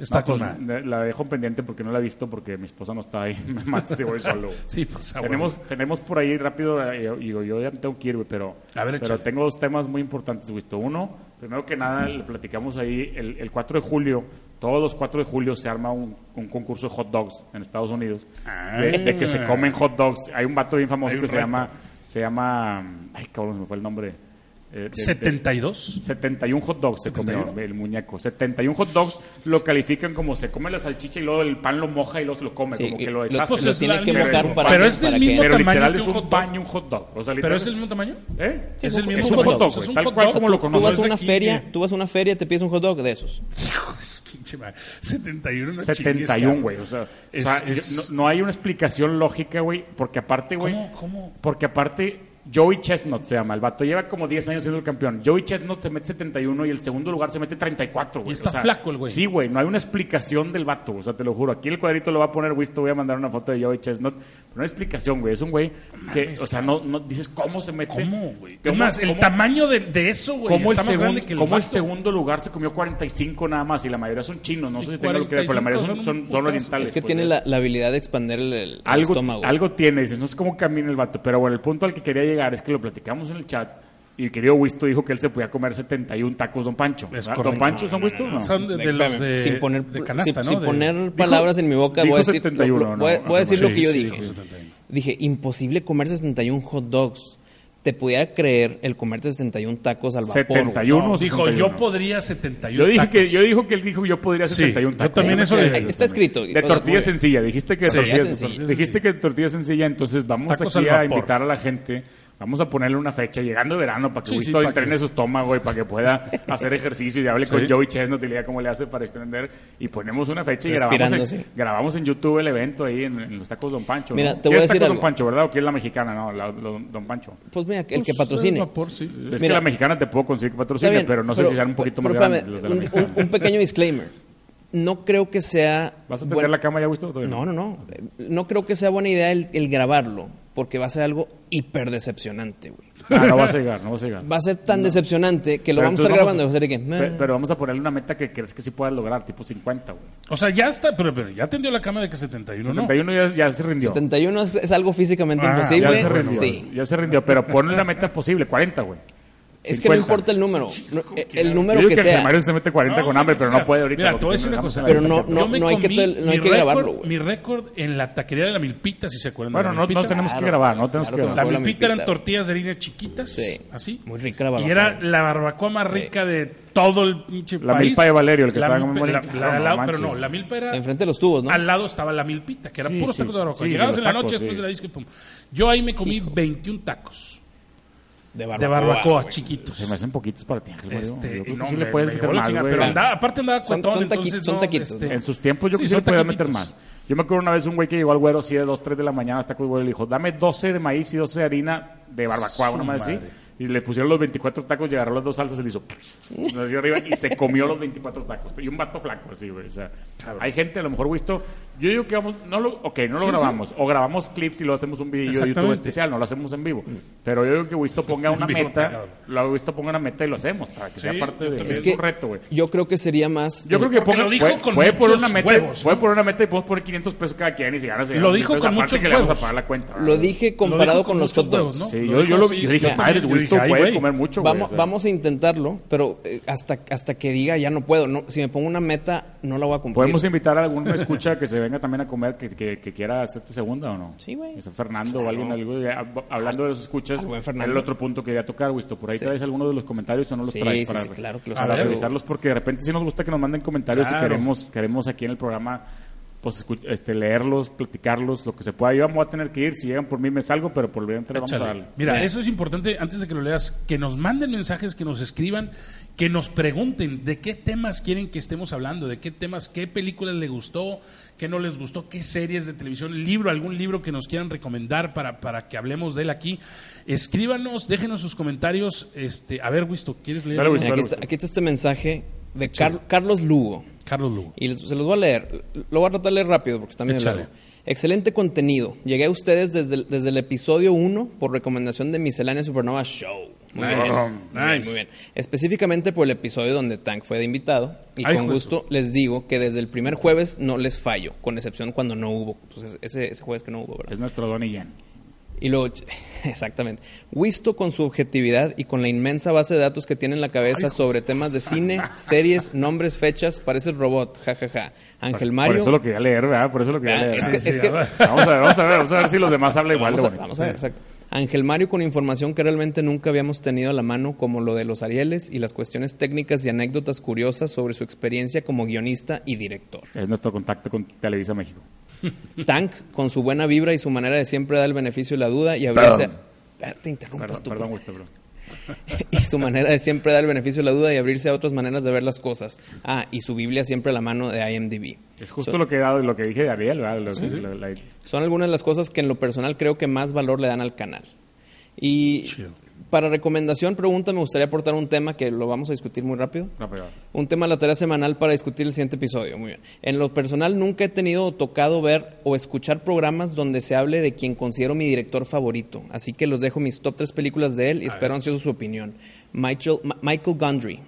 A: Está
C: No,
A: con
C: pues,
A: madre.
C: la- La dejo pendiente porque no la he visto porque mi esposa no está ahí. Me mata si voy solo.
A: Sí, pues a huevo.
C: tenemos, tenemos por ahí rápido, eh, yo- digo, yo ya me tengo que ir, güey, pero,
A: A ver,
C: pero
A: échale.
C: tengo dos temas muy importantes, güey. Uno, primero que nada, le platicamos ahí, el, el 4 de julio, todos los 4 de julio se arma un, un concurso de hot dogs en Estados Unidos,
A: Ah.
C: de, de que se comen hot dogs. Hay un vato bien famoso
A: Hay
C: que
A: un
C: se llama Se llama. Ay, cabrón, se me fue el nombre. eh, de- de-
A: 72.
C: 71 hot dogs se
A: 71.
C: comió el muñeco. 71 hot dogs lo califican como se come la salchicha y luego el pan lo moja y luego se lo come,
B: Sí,
C: como que
B: y
C: lo
B: lo-
C: deshace.
A: Pues
B: Ah, lo
A: es
B: tiene
A: la
B: que
A: misma-
B: mojar para
A: pero
B: que-
A: es del
B: para que-
A: mismo
C: pero literal
A: tamaño que
C: es
A: un hot dog.
C: un pan y un hot dog. O sea,
A: ¿Pero
C: literal
A: es el mismo tamaño?
C: ¿Eh?
A: Es el
C: es
A: mismo
C: un
A: tamaño.
C: hot dog,
A: Es
C: güey,
A: un
C: tal
A: hot
C: cual
A: dog.
C: como lo
A: Tú
B: Tú
A: No,
C: conoces.
B: vas
A: es
B: a una
A: aquí,
B: feria,
A: eh.
B: tú vas a una feria, te pides un hot dog de esos.
A: Pues, pinche madre. 71 no chingues,
C: 71,
A: cabrón.
C: güey. O sea,
A: Es-
C: o sea, yo-
A: es-
C: no, no hay una explicación lógica, güey. Porque aparte, güey.
A: ¿Cómo- cómo?
C: Porque aparte, Joey Chestnut se llama el vato. Lleva como 10 años siendo el campeón. Joey Chestnut se mete 71 y el segundo lugar se mete 34, güey.
A: Y está
C: O sea,
A: flaco el güey.
C: Sí, güey. No hay una explicación del vato. O sea, te lo juro. Aquí el cuadrito lo va a poner, güey. Te voy a mandar una foto de Joey Chestnut. Pero no hay explicación, güey. Es un güey que, o sea, no, no dices cómo se mete.
A: ¿Cómo, güey?
C: ¿Cómo-
A: Es más, el
C: cómo-
A: tamaño de, de eso, güey,
C: ¿Cómo, el,
A: está más
C: segun-
A: grande que el
C: cómo el
A: vato.
C: segundo lugar se comió 45 nada más y la mayoría son chinos? No
A: Y
C: sé si tengo que ver, pero la mayoría son,
A: 45
C: son- son
A: son un
C: orientales.
A: putazo.
B: Es que
C: pues,
B: tiene
C: ¿eh?
B: la, la habilidad de expandir el, el
C: algo,
B: estómago.
C: algo tiene, dices, no sé cómo camina el vato, pero bueno, el punto al que quería llegar es que lo platicamos en el chat y el querido Wisto dijo que él se podía comer 71 tacos Don Pancho.
A: Es
C: ¿verdad? ¿Don
A: correcto.
C: Pancho son Wisto? No.
A: Son de, de los de,
B: sin poner,
A: de canasta,
B: sin-
A: ¿no?
B: sin
A: De-
B: poner palabras en mi boca,
C: dijo
B: voy a decir,
C: 71,
B: lo- lo- voy a-
C: ¿no?
B: voy a decir lo
A: Sí,
B: que yo
A: sí,
B: dije.
A: dijo 71.
B: Dije, imposible comer 71 hot dogs. Te pudiera creer el comerte 71 tacos al vapor. güey.
C: 71
A: No,
C: o
A: dijo, yo
C: 61.
A: podría 71
C: Yo dije,
A: tacos.
C: que, yo dijo que él dijo yo podría
A: Sí,
C: 71
A: yo
C: tacos.
A: también eso
B: Ahí
A: le-
B: Está escrito.
C: De tortilla sencilla, dijiste que de
A: Sí,
C: tortilla
B: tortilla
C: sencilla.
B: sencilla.
C: Dijiste que de tortilla sencilla, entonces vamos
A: Tacos
C: aquí
A: al
C: a
A: vapor.
C: invitar a la gente. Vamos a ponerle una fecha, llegando el verano, para que
A: Sí,
C: Wisto
A: sí, para
C: entrene
A: que-
C: su estómago y para que pueda hacer ejercicio y hable con
A: Sí.
C: Joey Chesnut y le diga cómo le hace para extender. Y ponemos una fecha y grabamos
B: Respirando,
C: en,
B: sí.
C: grabamos en YouTube el evento ahí en, en los tacos Don Pancho.
B: Mira,
C: ¿no?
B: te voy
C: ¿Quieres
B: a decir
C: tacos Don
B: algo.
C: Pancho, ¿verdad? ¿O que es la mexicana? No, la- la- Don Pancho.
B: Pues mira, el que
A: Pues,
B: patrocine.
A: al vapor, sí.
C: Es que
B: Mira.
C: la mexicana te puedo conseguir que
B: Está
C: patrocine,
B: bien,
C: pero no sé si sean un poquito más
B: pero
C: grandes
B: espérame,
C: los de la
B: un,
C: mexicana.
B: un- un pequeño disclaimer. No creo que sea...
C: ¿Vas a tener
B: buena-
C: la cama ya, Wisto? Todavía
B: No, no, no. No creo que sea buena idea el, el grabarlo, porque va a ser algo hiper decepcionante, güey.
C: Ah, no vas a llegar, no vas a llegar.
B: Va a ser tan decepcionante que lo
C: Pero
B: vamos a estar
C: entonces
B: grabando. y
C: vamos
B: va a ser de que,
C: pe- Pero,
B: "Meh".
C: vamos a ponerle una meta que crees que sí puedas lograr, tipo 50, güey.
A: O sea, ya está, pero, pero ya tendió la cama de que 71, ¿no?
C: 71 ya, ya se rindió.
B: 71 es, es algo físicamente
A: Ah,
B: imposible.
C: ya se rindió.
B: pues, sí.
C: Ya se rindió, pero ponle una meta posible, 40, güey.
B: Es que no
C: 50.
B: importa el número. no, el- el
C: Yo
B: número
C: digo
B: que
C: que
B: sea.
C: Mario se mete 40 con
A: No,
C: hambre, pero no
A: mira,
C: puede ahorita.
A: Mira,
C: porque
A: te voy a decir
C: tiene
A: una
C: la
A: cosa.
C: meta. pues,
B: Pero no-
A: Yo me
B: no hay que
A: comí
B: tel- no hay
A: mi
B: que grabarlo,
A: récord-
B: güey.
A: Mi récord en la taquería de la Milpita, si se acuerdan. de
C: Bueno,
A: la
C: no, no
A: Milpita.
C: tenemos
B: Claro,
C: que grabar, no tenemos
B: claro
C: que
B: que
A: La
C: grabar.
B: no. Ah, la
A: milpita eran
B: milpita.
A: tortillas de harina chiquitas,
B: Sí.
A: así.
B: Muy rica la barbacoa.
A: Y era la barbacoa más rica de todo el pinche
C: La
A: país.
C: milpa de Valerio, el que estaba
A: milpa-
C: en Memoria.
A: la-
C: Claro,
A: la de al
C: no
A: lado,
C: manches.
A: Pero no, la milpa era...
B: Enfrente de los tubos, ¿no?
A: Al lado estaba la milpita, que era
C: Sí,
A: puros
C: sí,
A: tacos de barbacoa.
C: sí,
A: Llegabas
C: sí,
A: en la
C: los
A: noche
C: tacos,
A: después
C: sí.
A: de la disco y pum. Yo ahí me comí 21 tacos
B: De
A: de barbacoa,
B: güey.
A: chiquitos.
C: Se me hacen poquitos para ti, Ángel. Mario.
A: Este,
C: Yo creo
A: no,
C: que sí
A: me,
C: le puedes
A: me
C: meter
A: llevó la
C: más,
A: chingada,
C: güey.
A: pero andaba- aparte andaba
B: Son-
A: cuatón,
B: son taqui-
A: entonces
B: son
A: no,
B: taquitos,
A: este-
B: ¿no?
C: En sus tiempos yo
A: Sí,
C: que sí le
A: son
C: podía
A: taquitos.
C: meter más. Yo me acuerdo una vez un güey que llegó al güero así de 2, 3 de la mañana hasta que el güero le dijo, dame 12 de maíz y 12 de harina de barbacoa,
A: Su
C: una más así.
A: madre.
C: Y le pusieron los 24 tacos, y agarró las dos salsas y le hizo... Nos dio arriba y se comió los 24 tacos. Y un vato flaco así, güey. O sea, hay gente, a lo mejor, visto Yo digo que vamos... No lo, ok, no lo
A: Sí, sí.
C: grabamos. O grabamos clips y lo hacemos un video de YouTube
A: Exactamente.
C: especial. No lo hacemos en vivo. Pero yo digo que Wisto ponga una
A: vivo,
C: meta.
A: cabrón.
C: Lo Wisto ponga una meta y lo hacemos. Para que sea
A: Sí,
C: parte
A: yo
C: de...
A: también.
C: Es,
B: Es que
C: un reto, güey.
B: yo creo que sería más. eh,
C: Yo creo que
A: Porque
C: ponga,
A: lo dijo
C: fue,
A: con
C: fue por
A: muchos
C: una meta,
A: huevos.
C: fue por una meta y podemos poner 500 pesos cada quien y si ganas se
A: Lo
C: ganan
A: dijo
C: 500,
A: con
C: aparte
A: muchos
C: que le vamos a
A: huevos.
C: pagar la cuenta.
B: Lo dije comparado
A: dijo
B: con, los
A: muchos
B: hot dogs.
A: huevos, ¿no?
C: Sí,
A: Lo
C: yo,
A: dijo
C: yo, lo,
A: así.
C: yo dije,
A: Mira,
C: madre,
A: yo
C: Wisto
A: dije, ay,
C: puede
A: güey.
C: comer mucho, güey,
B: Vamos,
C: o sea.
B: vamos a intentarlo, pero eh, hasta, hasta que diga ya no puedo. No, si me pongo una meta, no la voy a cumplir.
C: ¿Podemos invitar a algún escucha que se venga también a comer que, que, que quiera hacerte segunda o no?
B: Sí, güey.
C: Está Fernando o alguien, algo de- hab- hablando de los escuchas,
B: Al buen
C: era
B: Fernando.
C: el otro punto que quería tocar, Wisto. Por ahí traes algunos de los comentarios o no los
B: Sí,
C: traes
B: sí,
C: para,
B: sí, claro que los
C: para
A: traigo.
C: revisarlos porque de repente sí nos gusta que nos manden comentarios y
A: Claro.
C: queremos, queremos aquí en el programa pues escu- este, leerlos, platicarlos, lo que se pueda. Yo me voy a tener que ir, si llegan por mí me salgo, pero por lo menos vamos a
A: Échale.
C: darle.
A: Mira, eso es importante antes de que lo leas, que nos manden mensajes, que nos escriban, que nos pregunten de qué temas quieren que estemos hablando, de qué temas, qué películas les gustó, qué no les gustó, qué series de televisión, libro, algún libro que nos quieran recomendar para, para que hablemos de él aquí. Escríbanos, déjenos sus comentarios. Este, a ver, Wisto, ¿quieres leer?
C: Dale, Wisto.
B: Mira, aquí, está, aquí está este mensaje de Car- Carlos Lugo.
A: Carlos Lugo.
B: Y les- se los voy a leer. Lo voy a tratar de leer rápido porque está medio
A: Échale.
B: largo. Excelente contenido. Llegué a ustedes desde el, desde el episodio 1 por recomendación de Miscelánea Supernova Show. Muy bien.
A: Nice.
B: Muy bien,
A: Nice.
B: muy bien. Específicamente por el episodio donde Tank fue de invitado. Y
A: Ay,
B: con
A: juez.
B: gusto les digo que desde el primer jueves no les fallo, con excepción cuando no hubo. Pues ese, ese jueves que no hubo, ¿verdad?
C: Es nuestro Don Ian.
B: Y luego, exactamente. Wisto con su objetividad y con la inmensa base de datos que tiene en la cabeza sobre temas de cine, series, nombres, fechas, parece robot, jajaja. Ángel Mario.
C: Por eso lo quería leer, ¿verdad? Por eso lo quería
B: Ah,
C: leer.
B: es
C: ¿verdad?
B: que- es que-
C: Vamos a ver, vamos a ver, vamos a ver si los demás hablan igual
B: vamos,
C: de
B: a,
C: bonito.
B: vamos a ver, exacto. Ángel Mario con información que realmente nunca habíamos tenido a la mano, como lo de los Arieles y las cuestiones técnicas y anécdotas curiosas sobre su experiencia como guionista y director.
C: Es nuestro contacto con Televisa México.
B: Tank con su buena vibra y su manera de siempre dar el beneficio de la duda y abrirse...
C: Perdón.
B: Ah, Te interrumpas
C: Perdón,
B: tú.
C: perdón,
B: pues.
C: Gusto, bro.
B: y su manera de siempre dar el beneficio de la duda y abrirse a otras maneras de ver las cosas. Ah, y su Biblia siempre a la mano de IMDb.
C: Es justo
B: So-
C: lo que he dado, lo que dije de Ariel, ¿verdad? Lo- lo- la-
B: Son algunas de las cosas que en lo personal creo que más valor le dan al canal. Y
A: Chido.
B: para recomendación, pregunta, me gustaría aportar un tema que lo vamos a discutir muy rápido.
C: no, pero-
B: Un tema de la tarea semanal para discutir el siguiente episodio. Muy bien. En lo personal, nunca he tenido o tocado ver o escuchar programas donde se hable de quien considero mi director favorito. Así que los dejo mis top tres películas de él y espero ansioso su opinión. Michael, Ma- Michael Gundry.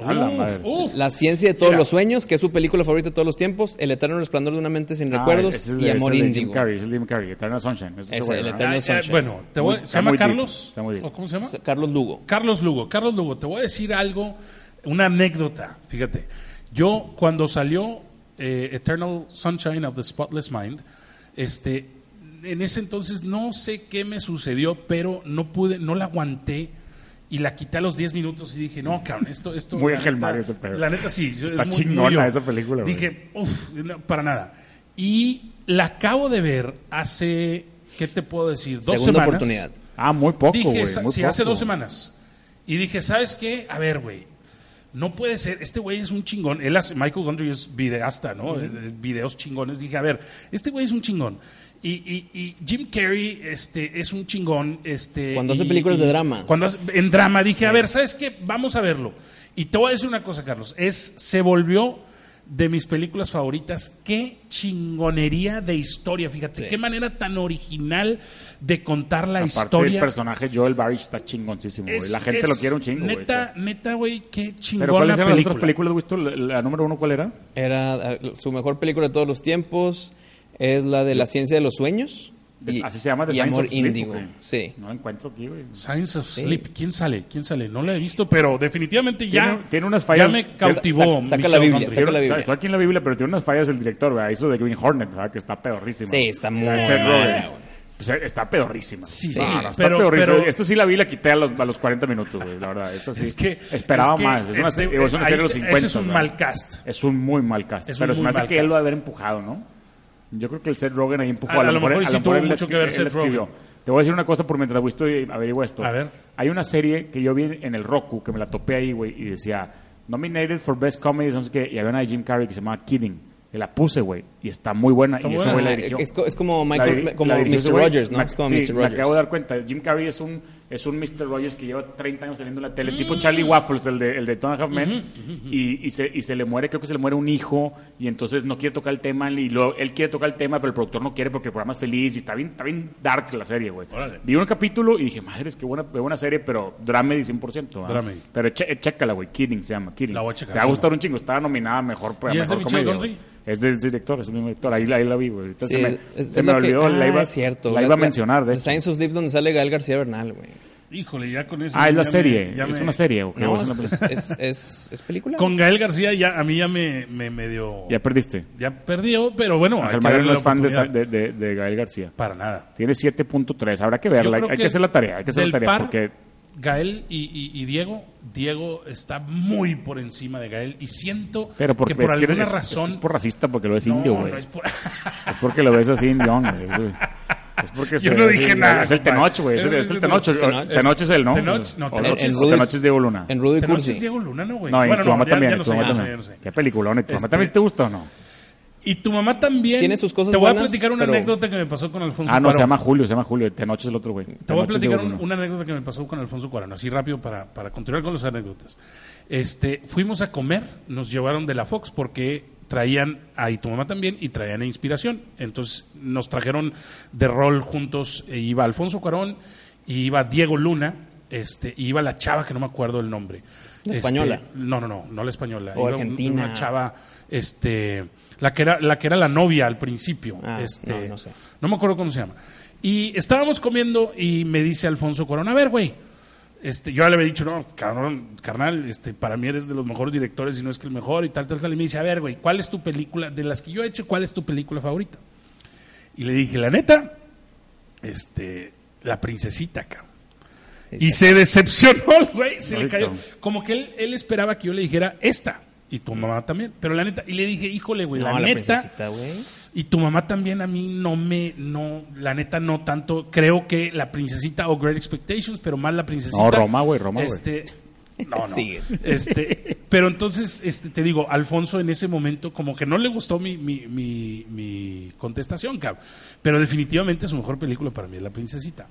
C: A la madre.
A: uf.
B: La ciencia de todos
A: Mira.
B: los sueños, que es su película favorita de todos los tiempos, El eterno resplandor de una mente sin recuerdos
C: Ah, ese es
B: y
C: de-
B: Amor
C: ese es de
B: índigo.
C: Jim Carrey, ese es de Jim Carrey, Eternal Sunshine. ese
B: Ese,
C: güey,
B: el
C: ¿verdad?
B: Eternal
A: Ah, ya,
B: Sunshine.
A: bueno, te voy-
C: Muy-
A: ¿se llama
C: muy deep,
A: Carlos?
C: está muy deep.
A: ¿O ¿Cómo se llama?
B: Carlos Lugo.
A: Carlos Lugo, Carlos Lugo, te voy a decir algo, una anécdota, fíjate. Yo cuando salió eh, Eternal Sunshine of the Spotless Mind, este, en ese entonces no sé qué me sucedió, pero no pude, no la aguanté y la quité a los 10 minutos y dije, no, cabrón, esto, esto.
C: Muy
A: la
C: Ángel
A: neta-
C: Mario ese pedo.
A: La neta sí,
C: Está
A: muy- muy
C: chingona
A: yo.
C: esa película, güey.
A: Dije, uff, para nada. Y la acabo de ver hace, ¿qué te puedo decir? Dos
B: Segunda
A: semanas
B: oportunidad.
C: Ah, muy poco,
A: dije,
C: güey.
A: sa-
C: muy
A: sí, hace
C: poco.
A: dos semanas. Y dije, ¿sabes qué? A ver, güey. No puede ser, este güey es un chingón. Él hace- Michael Gondry es videasta, ¿no? Eh, Videos chingones. Dije, a ver, este güey es un chingón. Y, y- y Jim Carrey este, es un chingón. Este,
B: Cuando hace
A: y-
B: películas
A: y-
B: de drama.
A: Cuando hace- en drama, dije, a ver, ¿sabes qué? Vamos a verlo. Y te voy a decir una cosa, Carlos. Es, se volvió de mis películas favoritas. Qué chingonería de historia, fíjate.
B: Sí.
A: Qué manera tan original de contar la
C: Aparte, el
A: historia.
C: personaje Joel Barish está chingoncísimo, güey.
A: Es-
C: La gente
A: es
C: lo quiere un chingo, güey.
A: Neta, neta, güey, qué chingona
C: Pero ¿cuáles eran las
A: película.
C: otras películas, Gusto? La, la número uno, ¿cuál era?
B: Era eh, su mejor película de todos los tiempos. Es la de la ciencia de los sueños. y-
C: Así se llama. The
B: Y
C: Science
B: amor
C: of Sleep,
B: índigo.
C: ok.
B: Sí.
C: No la encuentro aquí, güey.
A: Science of Sleep, ¿quién sale? ¿Quién sale? No la he visto, pero definitivamente ya
C: Tiene- tiene unas fallas.
A: Ya me cautivó.
B: Sa- saca
A: Michel
B: la Biblia,
A: Gondry.
B: saca la- Biblia.
C: Está aquí en la Biblia, pero tiene unas fallas el director, ¿verdad? Hizo de Green Hornet, ¿verdad? Que está pedorrísima.
B: Sí, está muy
C: Ese
B: buena.
C: Rogen. Pues, eh, está pedorrísima.
A: Sí,
C: No,
A: sí,
C: no, está
A: pero-
C: pedorrísima.
A: pero-
C: Esta sí la vi, la quité a los, a los 40 minutos, güey, la verdad. Esta sí.
A: Es que
C: Esperaba
A: es que
C: más. Es una,
A: este-
C: digo, es una
A: ahí-
C: serie de los 50.
A: Ese es un
C: ¿verdad?
A: mal cast.
C: Es un muy mal cast.
A: Es un
C: pero se
A: muy
C: me hace
A: mal
C: que él lo
A: cast.
C: ha de haber empujado, ¿no? Yo creo que el Seth Rogen ahí empujó.
A: A- a lo mejor sí tuvo
C: él
A: mucho
C: escri-
A: que ver
C: él
A: Seth
C: escribió.
A: Rogen.
C: Te voy a decir una cosa por mientras Wisto averigua esto.
A: A ver.
C: Hay una serie que yo vi en el Roku, que me la topé ahí, güey, y decía, nominated for Best Comedy, no sé qué, y había una de Jim Carrey que se llamaba Kidding. Que la puse, güey, y está muy buena. y
A: Está
C: ese
A: buena.
C: güey la
B: Ah,
C: dirigió.
B: es, co- es como
C: La
B: Michael,
C: diri-
B: como
C: la dirigió ese
B: Mr.
C: güey.
B: Rogers, ¿no?
C: Me-
B: Es como
C: sí,
B: Mr.
C: Me acabo de
B: Rogers.
C: dar cuenta. Jim Carrey es un, es un Mr. Rogers que lleva 30 años saliendo en la
B: Mm.
C: tele, tipo Charlie Waffles, el de, el de Tom Huffman.
B: Mm-hmm,
C: y, y, se, y se le muere, creo que se le muere un hijo, y entonces no quiere tocar el tema. Y luego él quiere tocar el tema, pero el productor no quiere porque el programa es feliz. Y está bien, está bien dark la serie, güey.
A: Órale.
C: Vi un capítulo y dije, madre, es que buena, qué buena serie, pero dramedy 100%. ¿ah?
A: Dramedy.
C: Pero che- chécala, güey. Kidding se llama. Kidding.
A: La voy a checar.
C: Te va a gustar un chingo. Estaba nominada a mejor, a
A: ¿Y
C: mejor
A: es de Michel
C: comedia,
A: Gondry?
C: güey. Es del director, es el mismo director. Ahí, la- ahí la vi, güey. Entonces
B: Sí,
C: me,
B: es- es
C: se me
B: la que-
C: olvidó, la
B: ah,
C: iba,
B: es cierto.
C: la iba a mencionar, de
B: The
C: hecho.
B: Science of Sleep, donde sale Gael García Bernal, güey.
A: Híjole, ya con eso.
C: Ah, es la
A: ya me-
C: serie.
A: ya
C: Es
A: me-
C: una serie, ¿o qué?
B: No,
C: ¿O es una
B: es,
C: película?
B: es- es- es película.
A: Con Gael García ya, a mí ya me, me medio.
C: Ya
A: Ya,
C: perdiste.
A: perdió, pero bueno. hay
C: Ángel
A: que
C: Mario
A: darle
C: no
A: la
C: es fan de,
A: oportunidad.
C: de, de- de Gael García.
A: Para nada.
C: Tiene 7.3. Habrá que
A: Yo
C: verla. Hay,
A: creo
C: hay que hacer la tarea. Hay que hacer
A: del
C: la tarea
A: par,
C: porque
A: Gael y, y- y Diego, Diego está muy por encima de Gael y siento
C: pero porque
A: que por
C: es que
A: alguna
C: es- es-
A: razón
C: es, por racista porque lo ves
A: No,
C: indio,
A: no
C: güey.
A: es
C: es...
A: por-
C: porque lo ves así indio, güey. Es porque
A: Yo
C: se-
A: no
C: es-
A: dije
C: es-
A: nada,
C: Es el
A: compadre.
C: Tenoch, güey. Es el,
A: Es-
C: es
A: es-
C: el Tenoch.
A: es-
C: Tenoch, Tenoch es el, ¿no?
A: Tenoch, no,
C: O
A: Tenoch
C: Tenoch
A: es-
C: o Tenoch es Diego Luna.
B: En Rudy
A: Pero no sé si
B: Cursi.
A: es Diego Luna, no, güey.
C: No, y
A: Bueno,
C: tu mamá
A: ya-
C: también.
A: ya lo
C: tu
A: sé,
C: mamá
A: ya lo sé,
C: también.
A: ya lo sé.
C: Qué peliculón. ¿Y ¿Tu mamá
A: Este-
C: también te gusta o no?
A: Y tu mamá también.
B: Tiene sus cosas
A: Te voy a
B: buenas,
A: platicar una
B: pero-
A: anécdota que me pasó con Alfonso
C: Ah, no, se
A: Cuarón.
C: llama Julio, se llama Julio. Tenoch es el otro güey.
A: Te voy a platicar un- una anécdota que me pasó con Alfonso Cuarón, así rápido para, para continuar con las anécdotas. Este, fuimos a comer, nos llevaron de la Fox porque traían a Y tu mamá también y traían a Inspiración. Entonces nos trajeron de rol juntos, e iba Alfonso Cuarón y iba Diego Luna, este, y iba la chava que no me acuerdo el nombre.
B: ¿La
A: Este,
B: española?
A: no, no, no, no la española.
B: O
A: Iba un-
B: argentina.
A: Una chava, este, la que era, la que era la novia al principio.
B: Ah,
A: este,
B: no, no sé.
A: no me acuerdo cómo se llama. Y estábamos comiendo y me dice Alfonso Corona, a ver, güey. Este, yo ya le había dicho, no, cabrón, carnal, este, para mí eres de los mejores directores y no es que el mejor y tal, tal, tal. Y me dice, a ver, güey, ¿cuál es tu película, de las que yo he hecho, cuál es tu película favorita? Y le dije, la neta, este, la princesita, cabrón. Y se decepcionó el güey, se le
C: Ahorita.
A: cayó. Como que él, él esperaba que yo le dijera esta. Y tu mamá también. Pero la neta, y le dije, híjole, güey,
B: No,
A: la, neta.
B: princesita, güey.
A: Y tu mamá también a mí no me, no, la neta no tanto. Creo que la princesita o Great Expectations, pero más la princesita.
C: No, Roma, güey, Roma, güey.
A: Este, no, no.
B: Sigues.
A: Este, pero entonces, este, te digo, Alfonso en ese momento como que no le gustó mi, mi, mi, mi contestación, cabrón. Pero definitivamente su mejor película para mí es La Princesita.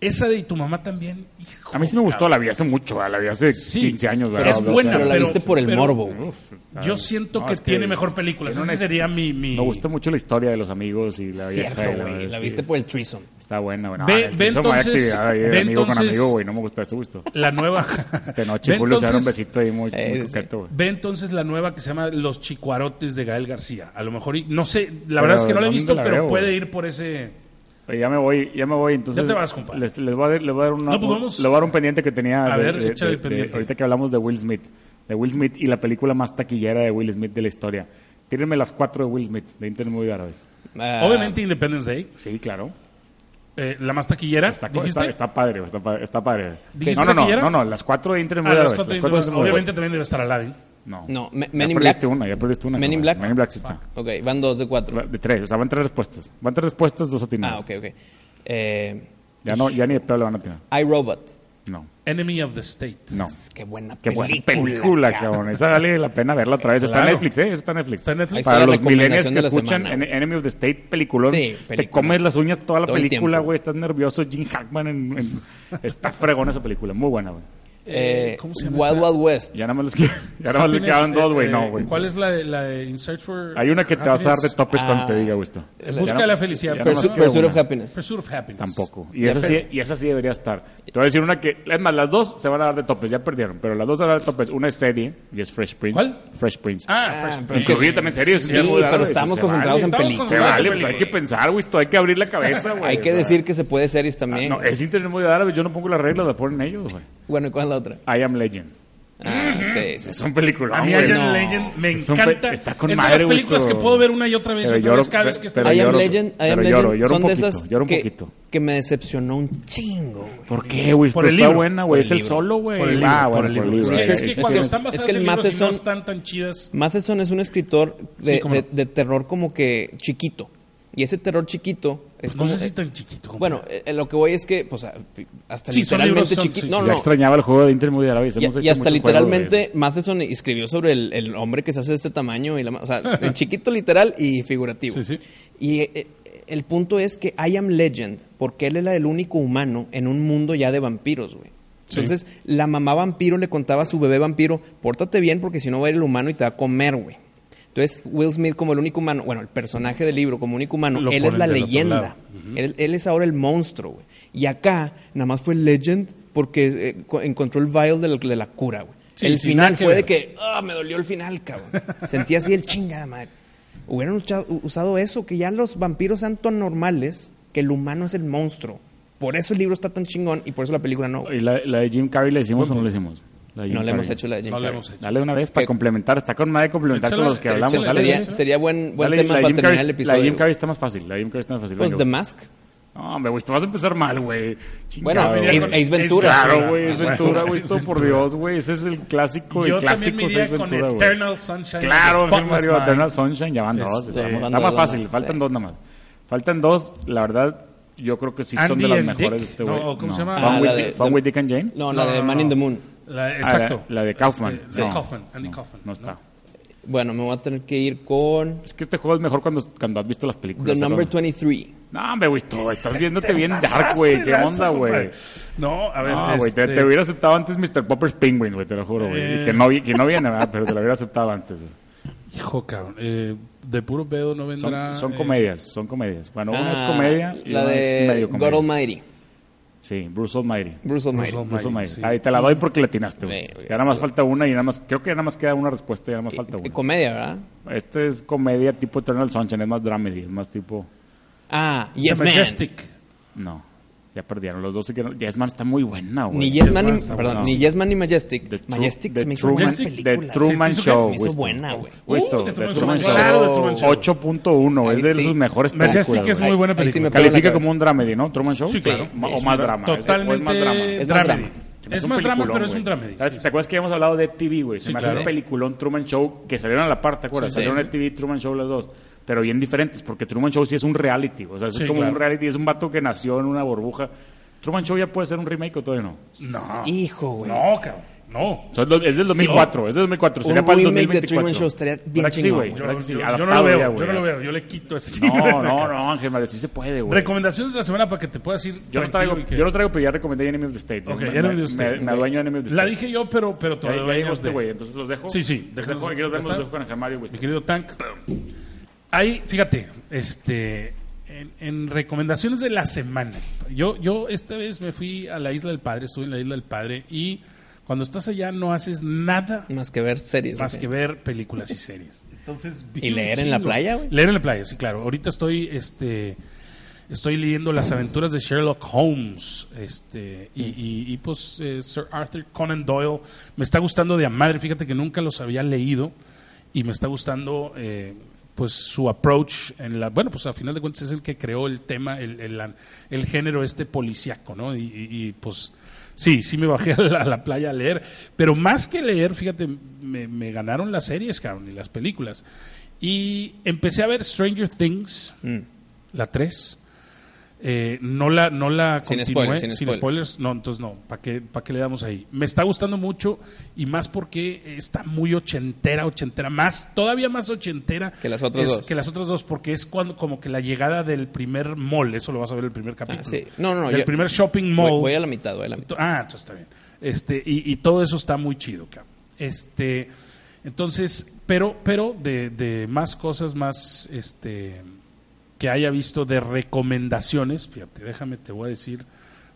A: Esa de y tu mamá también. hijo,
C: A mí sí me gustó,
A: cabrón.
C: la vi hace mucho, la vi hace
A: Sí,
C: 15 años.
A: pero
C: ¿verdad?
A: es
C: O sea,
A: buena,
B: Pero la
A: pero-
B: viste por el
A: pero-
B: morbo, güey.
C: uf, está-
A: Yo siento
C: no,
A: que
C: es
A: tiene mejor película.
C: es
A: Esa
C: una-
A: sería mi... mi...
C: Me gusta mucho la historia de los amigos y la vieja.
B: Cierto,
C: y
B: güey. La
C: sí,
B: viste por el threesome.
C: Está buena, bueno.
A: Ve-
C: Ah, es que
A: ve
C: eso me da
A: entonces-
C: actividad ahí de
A: ve
C: amigo con
A: entonces-
C: amigo, güey. No me gusta ese gusto.
A: La nueva...
C: De
A: Ve
C: noche, Julio se da un
A: entonces-
C: besito ahí muy, muy
B: Eh, sí.
C: coqueto, güey.
A: Ve entonces la nueva que se llama Los Chicuarotes de Gael García. A lo mejor, y- no sé, la
C: Pero,
A: verdad es que no la he
C: ¿dónde
A: visto,
C: la
A: pero
C: veo,
A: puede
C: güey?
A: ir por ese...
C: Oye, ya me voy, ya me voy. Entonces,
A: Ya te vas, compadre.
C: Les, les voy a, dar- les voy a dar una-
A: No, pues vamos.
C: le voy a dar un pendiente que tenía.
A: A ver, échale el pendiente.
C: ahorita que hablamos de Will Smith. De Will Smith y la película más taquillera de Will Smith de la historia. Tírenme las cuatro de Will Smith, de Internet Movie Árabes.
B: Ah,
A: Obviamente Independence Day,
C: Sí, claro.
A: eh, la más taquillera,
C: Está, co-
A: ¿dijiste?
C: está, está padre, güey, está, pa- está padre.
A: ¿Dijiste
C: no, no, no,
A: taquillera?
C: no, no, las cuatro de Internet
A: Ah,
C: Movie
A: las
C: Árabes.
A: cuatro
C: las
A: de
C: cuatro de
A: Internet-
C: Internet Movie
A: obviamente también debe estar Aladdin.
C: Árabes. No.
B: No, Me-
C: ya
B: Men in
C: perdiste
B: Black.
C: una, ya perdiste una.
B: Men in
C: güey.
B: Black.
C: Men in Black sí está.
B: Ok, van dos de cuatro.
C: De tres, o sea, van tres respuestas. Van tres respuestas, dos atinadas.
B: Ah, ok, ok. Eh,
C: Ya, no, ya ni de pedo le van a atinar.
B: iRobot.
C: No,
A: Enemy of the State.
C: no.
B: Qué buena
C: Qué
B: película.
C: buena película, cabrón. Esa vale la pena verla otra vez. Está en
A: Claro.
C: Netflix, ¿eh? Esa Está en Netflix.
A: Está en Netflix. Ahí
B: está la
C: Para los millennials
B: recomendación
C: que
B: de la
C: escuchan
B: semana,
C: En-
B: güey.
C: Enemy of the State, peliculón.
B: Sí,
C: Te
B: película.
C: comes las uñas toda la
B: Todo el
C: película,
B: tiempo.
C: güey. Estás nervioso. Jim Hackman en- en- está fregón esa película. Muy buena, güey.
B: Eh,
A: Eh, ¿Cómo se llama
B: Wild
A: esa?
B: Wild West.
C: Ya nada más les que- ya nada más le
A: Happiness,
C: quedaban dos, güey.
A: eh,
C: No, güey.
A: ¿Cuál es la de, la de In Search for
C: Hay una que te vas a dar de
A: Happiness?
C: topes cuando
B: Ah.
C: te diga, Gusto.
A: En busca de la felicidad,
C: ya nada más
B: Pursuit,
A: Pursuit-
C: queda
B: Pursuit of
C: una.
B: Happiness.
A: Pursuit of Happiness.
C: Tampoco. Y esa, sí, y esa sí debería estar. Te voy a decir una que. Es más, las dos se van a dar de topes. Ya perdieron. Pero las dos se van a dar de topes. Una es serie y es Fresh Prince.
A: ¿Cuál?
C: Fresh Prince.
A: Ah,
B: Ah,
A: Fresh
B: pero es
A: Prince.
C: que sí, también series,
B: Sí,
C: ya, güey,
B: pero
C: güey,
B: estamos
C: se
A: vale,
B: concentrados
A: estamos
B: en
C: Se
B: películas.
A: concentrados.
C: vale, pues hay que pensar, güey, esto, hay que abrir la cabeza, güey.
B: Hay que
C: o sea. Ah,
B: decir que se puede series también.
C: No, es internet muy árabe, yo no pongo las reglas, las ponen ellos, güey.
B: Bueno, ¿y cuál es la otra?
C: I Am Legend.
B: Ah, sí, sí, sí.
C: Es un película,
A: A mí
C: güey.
A: I Am
C: No.
A: Legend me
C: Es un pe-
A: encanta.
C: Está con
A: es de
C: madre,
A: las
C: güey,
A: películas
C: esto.
A: que puedo ver una y otra vez,
C: Pero
A: otra
C: lloro-
A: vez cada vez que
C: pero-
A: está.
B: I Am
C: lloro,
B: Legend, I Am
C: pero
B: Legend
C: lloro, lloro
B: son
C: un
B: de esas
C: poquito, lloro un
B: que,
C: poquito.
B: que me decepcionó un chingo. güey.
C: ¿Por qué, güey? Esto
A: Por el
C: está
A: libro.
C: buena,
B: Por
C: güey.
B: el
C: Es el
B: libro.
C: solo, güey.
A: Por el libro,
C: Ah, bueno,
A: por el libro.
C: libro,
A: Es
C: eh,
A: que, es que
C: sí,
A: cuando
C: sí.
A: están basadas
B: es que
A: en
B: el
A: libros y no
B: Matheson-
A: están tan chidas.
B: Matheson es un escritor de,
A: Sí, cómo
B: de-
A: no.
B: de terror como que chiquito. Y ese terror chiquito
A: Pues
B: es
A: No
B: como...
A: sé si tan chiquito. compadre.
B: Bueno, eh, lo que voy es que, pues, ah, pi- hasta
A: Sí, son libros,
B: literalmente
A: son-
B: chiquito.
A: sí,
B: no,
A: sí.
C: Yo
B: no.
C: extrañaba el juego de Internet muy árabe.
B: Y,
C: hemos
B: y
C: hecho
B: hasta
C: muchos juegos,
B: literalmente Matheson escribió sobre el, el hombre que se hace de este tamaño, y la ma- o sea, en chiquito literal y figurativo.
A: Sí, sí.
B: Y eh, eh, el punto es que I am legend, porque él era el único humano en un mundo ya de vampiros, güey.
A: Sí.
B: Entonces, la mamá vampiro le contaba a su bebé vampiro, pórtate bien porque si no va a ir el humano y te va a comer, güey. Entonces, Will Smith como el único humano, bueno, el personaje del libro como único humano,
A: Lo
B: él es
A: ponen
B: la
A: del otro
B: leyenda.
A: lado.
B: Él, él es ahora el monstruo, güey. Y acá, nada más fue Legend porque eh, co- encontró el vial de la, de la cura, güey.
A: Sí,
B: el
A: sin
B: final
A: nada que
B: fue de
A: ver.
B: que, ah, me dolió el final, cabrón. Sentí así el chingada madre. Hubieran ucha- u- usado eso, que ya los vampiros sean tan normales que el humano es el monstruo. Por eso el libro está tan chingón y por eso la película no.
C: güey. ¿Y la, la de Jim Carrey la hicimos o no la hicimos? La de Jim
B: No le hemos
C: Carrey.
B: hecho la de Jim
A: No le
B: Carrey.
A: hemos hecho.
C: Dale una vez para complementar. Está con madre complementar con
A: Échala,
C: los que
A: sí,
C: hablamos.
A: échala,
C: Dale,
B: Sería,
C: dale.
B: sería buen, buen
C: Dale,
B: tema
C: la de
B: para
C: Jim
B: terminar
C: Carrey-
B: el
C: La de
B: episodio.
C: Jim Carrey está más fácil. La de Jim Carrey está más fácil.
B: pues
C: venga,
B: The
C: güey.
B: Mask.
C: No, hombre, güey, te vas a empezar mal, güey.
B: Bueno,
C: Chingado,
B: Ace,
C: güey.
B: Ace Ventura.
C: Claro, güey, es
A: Bueno,
C: Ventura, güey,
A: Ace
C: esto por
A: Ventura.
C: Dios, güey. Ese es el clásico,
A: Yo
C: el
A: también
C: clásico
A: me
C: Ace
A: iría con
C: Ventura, güey.
A: Eternal Sunshine. of the
C: Claro,
A: Spotless
C: Ángel Mario,
A: Mind.
C: Eternal Sunshine, ya van dos.
A: Este,
C: estamos-
B: van
C: está más
B: dos, van
C: fácil,
B: dos,
C: faltan
B: sí.
C: dos nada más. Faltan dos, la verdad, yo creo que sí son
A: Andy
C: de las
A: and
C: mejores de
A: Dick.
C: este güey.
A: No, ¿cómo
C: No.
A: se llama?
C: Fun
A: Ah,
C: with
A: la
C: Dick-
B: de-
C: Fun
B: de-
C: with Dick and Jane.
B: No, la
A: No,
B: de
A: no,
B: Man in
A: no.
B: the Moon.
A: La-
C: Ah, la-
A: exacto.
C: La, de Kaufman.
A: Este, de
C: no,
A: Kaufman, Andy
C: no,
A: Kaufman.
C: No está.
B: Bueno, me voy a tener que ir con
C: Es que este juego es mejor cuando, cuando has visto las
B: The
C: películas.
B: Number
C: perdón.
B: 23.
C: No, hombre, güey, tú estás viéndote bien dark,
A: Pasaste
C: güey. ¿Qué
A: lanza,
C: onda, güey?
A: compadre. No, a ver.
C: No, güey, te,
A: este,
C: te hubiera aceptado antes Mr. Popper's Penguin, güey, te lo juro, güey. Y Que, no, vi- que no viene, ¿verdad? Pero te lo hubiera aceptado antes, güey.
A: Hijo, cabrón. eh, de puro pedo no
C: Son,
A: vendrá.
C: son
A: eh,
C: comedias, son comedias. Bueno, una es
B: Ah,
C: comedia y
B: La
C: una es
B: de
C: medio
B: God
C: comedia.
B: Almighty.
C: Sí, Bruce Almighty.
B: Bruce Almighty.
A: Almighty.
C: Bruce Almighty.
A: sí.
C: Ahí te la doy porque le atinaste, güey.
B: Güey, güey,
C: Ya nada más
B: sí.
C: falta una y nada más, creo que nada más queda una respuesta y nada más falta
B: Eh,
C: una.
B: Comedia, ¿verdad?
C: Este es comedia tipo Eternal Sunshine, es más dramedy, es más tipo...
B: Ah,
A: The
B: Yes Man.
A: Majestic.
C: No. Ya perdieron los dos. así que no- Yes Man está muy buena, güey.
B: Ni Yes
A: Yes
B: Man,
A: Man
B: ni,
A: está
B: perdón,
A: buena.
B: ni Yes Man ni Majestic.
C: The Tru-
B: Majestic
C: The
B: se me hizo
C: Truman-
B: buena
A: Majestic,
B: película.
C: The Truman
A: Sí, te hizo que
C: Show.
A: se
B: me hizo
C: Wisto.
B: buena, güey.
C: Wisto,
A: Uh, The
C: The
A: Truman
C: Truman
A: Show. Claro, The Truman
C: Show.
A: Show.
C: 8.1 es
B: Ahí
C: de
B: sí.
C: sus mejores películas.
A: Majestic es
C: güey.
A: muy buena
B: Ahí sí
A: película.
B: me pego la
C: Califica
B: cabeza.
C: como un dramedy, ¿no? Truman Show.
A: Sí, claro.
C: Ma-
A: Es
C: O
A: un
C: más
A: dra-
C: drama.
A: Totalmente
C: O es más drama.
B: Es más
A: dramedy.
B: drama.
C: Se me
A: Es
C: hace un
A: más drama,
C: peliculón,
A: pero es un
C: güey.
A: dramedy.
C: ¿Sabes?
A: sí,
C: ¿Te acuerdas que habíamos hablado de TV, güey? Se
A: Sí,
C: me hace
A: claro.
C: un peliculón Truman Show que salieron a la par, ¿te acuerdas?
A: Sí, sí.
C: salieron de TV y Truman Show las dos. Pero bien diferentes, porque Truman Show sí es un reality. O sea, es
A: Sí,
C: como
A: claro.
C: un reality, es un vato que nació en una burbuja. Truman Show ya puede ser un remake o todavía no.
A: sí. No.
B: Hijo, güey.
A: No, cabrón. No.
C: O sea, es do- es del 2004, es del 2004.
B: Un
C: Sería para el
B: remake de
C: 2024.
B: Truman Show estaría bien
C: ¿Verdad que sí,
B: chingón,
C: güey?
B: güey.
A: Yo,
C: ¿Verdad que sí?
A: yo- yo no lo
C: Adaptado
A: veo,
C: ya, güey,
A: yo no lo
C: ¿verdad?
A: veo. Yo le quito ese chingo.
C: No, no, no, Ángel María, sí se puede, güey.
A: Recomendaciones de la semana para que te puedas ir.
C: Yo no,
A: tranquilo
C: traigo,
A: y que-
C: yo no traigo, pero ya recomendé Enemy of the State.
A: Ok,
C: me,
A: Enemy of the
C: me-
A: State,
C: me- me
A: ok.
C: adueño de Enemy of the
A: La
C: State.
A: dije yo, pero, pero
C: Ya- ya
A: todavía
C: llegó
A: dueños
C: este
A: de-
C: güey, entonces los dejo.
A: Sí, sí,
C: Los
A: déjalo.
C: dejo, aquí los
A: Ya
C: vemos,
A: está.
C: los dejo con Ángel Mario, güey.
A: Pues, Mi querido Tank. Ahí, fíjate, este, en, en recomendaciones de la semana. Yo, yo esta vez me fui a la Isla del Padre, estuve en la Isla del Padre y cuando estás allá no haces nada
B: Más que ver series.
A: más
B: güey.
A: que ver películas y series. Entonces, vi
B: ¿Y
A: un
B: leer en la
A: chingo.
B: playa, güey?
A: Leer en la playa, sí, claro. Ahorita estoy, este, estoy leyendo Las aventuras de Sherlock Holmes, este,
B: Mm.
A: y, y- y, pues eh, Sir Arthur Conan Doyle. Me está gustando de a madre, fíjate que nunca los había leído y me está gustando, eh, pues su approach en la, bueno, pues a final de cuentas es el que creó el tema, el, el, la- el género este policiaco, ¿no? Y, y- y, pues sí, sí me bajé a la, a la playa a leer, pero más que leer, fíjate, me, me ganaron las series, cabrón, y las películas. Y empecé a ver Stranger Things,
B: Mm.
A: la 3. Eh, no la, no la
B: Sin
A: continué,
B: spoilers, sin
A: sin,
B: spoilers.
A: spoilers. No, entonces no. ¿Para qué, pa' qué le damos ahí? Me está gustando mucho y más porque está muy ochentera, ochentera. Más, todavía más ochentera.
B: Que las otras
A: es-
B: dos.
A: Que las otras dos, porque es cuando, como que la llegada del primer mall. Eso lo vas a ver en el primer capítulo.
B: Ah, sí. No, no, no,
A: Del
B: yo-
A: primer shopping mall.
B: Voy, voy a la mitad, voy a la mitad.
A: Ento- Ah, entonces está bien. Este, y, y todo eso está muy chido, cabrón. Este, entonces, pero, pero de, de más cosas, más este que haya visto de recomendaciones, fíjate, déjame, te voy a decir,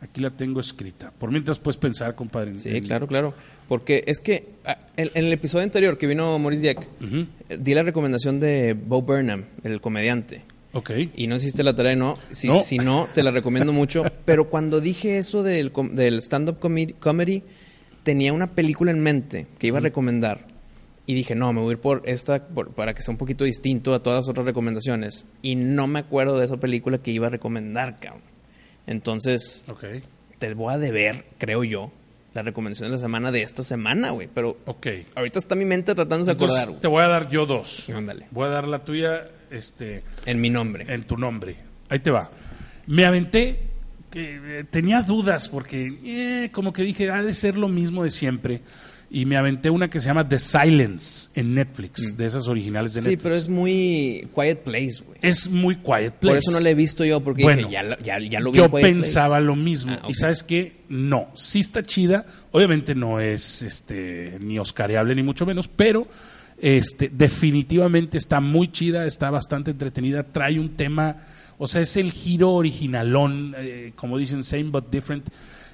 A: aquí la tengo escrita. Por mientras puedes pensar, compadre. en-
B: Sí,
A: en-
B: claro, claro. Porque es que ah, en, en el episodio anterior que vino Maurice Jack,
A: Ujú.
B: di la recomendación de Bo Burnham, el comediante.
A: Ok.
B: Y no hiciste la tarea, no. Si
A: No.
B: no, si no te la recomiendo mucho. Pero cuando dije eso del, com- del stand-up comi- comedy, tenía una película en mente que iba a recomendar. Y dije, no, me voy a ir por esta por- para que sea un poquito distinto a todas las otras recomendaciones. Y no me acuerdo de esa película que iba a recomendar, cabrón. Entonces,
A: Ok.
B: te voy a deber, creo yo, la recomendación de la semana de esta semana, güey. Pero
A: Ok.
B: ahorita está mi mente tratando de
A: Entonces,
B: acordar, güey.
A: te voy a dar yo dos.
B: Ándale.
A: Voy a dar la tuya, este,
B: En mi nombre.
A: en tu nombre. Ahí te va. Me aventé, que eh, tenía dudas porque eh, como que dije, ha de ser lo mismo de siempre. Y me aventé una que se llama The Silence en Netflix, de esas originales de
B: Mm. Sí,
A: Netflix.
B: pero es muy Quiet Place, güey.
A: Es muy Quiet Place.
B: Por eso no la he visto yo, porque
A: Bueno,
B: dije, ya, la- ya, ya lo vi.
A: Yo
B: en Quiet Place.
A: pensaba lo mismo.
B: Ah, ok.
A: Y sabes qué, no, sí está chida. Obviamente no es este ni oscareable ni mucho menos, pero este definitivamente está muy chida, está bastante entretenida, trae un tema, o sea, es el giro originalón, eh, como dicen same but different.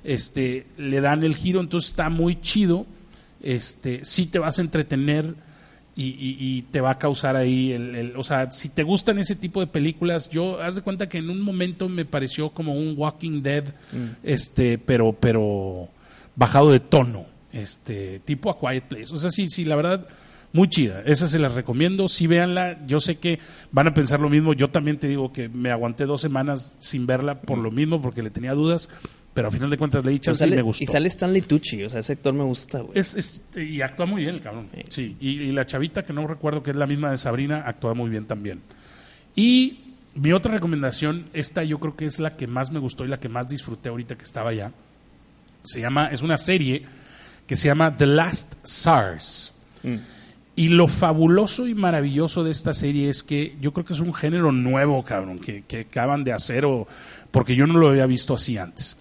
A: Este le dan el giro, entonces está muy chido. Este, sí te vas a entretener y, y- y te va a causar ahí el, el- o sea si te gustan ese tipo de películas yo haz de cuenta que en un momento me pareció como un Walking Dead
B: Mm.
A: este pero pero bajado de tono este tipo a Quiet Place o sea sí sí la verdad muy chida, esa se las recomiendo, sí véanla, yo sé que van a pensar lo mismo, yo también te digo que me aguanté dos semanas sin verla por lo mismo, porque le tenía dudas, pero a final de cuentas le di
B: Mm. Pero
A: chance
B: sale-
A: y me gustó.
B: Y sale Stanley Tucci, o sea, ese actor me gusta, güey.
A: Es, es- y actúa muy bien el cabrón. Sí. Y, y la chavita, que no recuerdo que es la misma de Sabrina, actúa muy bien también. Y mi otra recomendación, esta yo creo que es la que más me gustó y la que más disfruté ahorita que estaba allá. Se llama, es una serie que se llama The Last SARS. Y lo fabuloso y maravilloso de esta serie es que yo creo que es un género nuevo, cabrón, que, que acaban de hacer, o, porque yo no lo había visto así antes.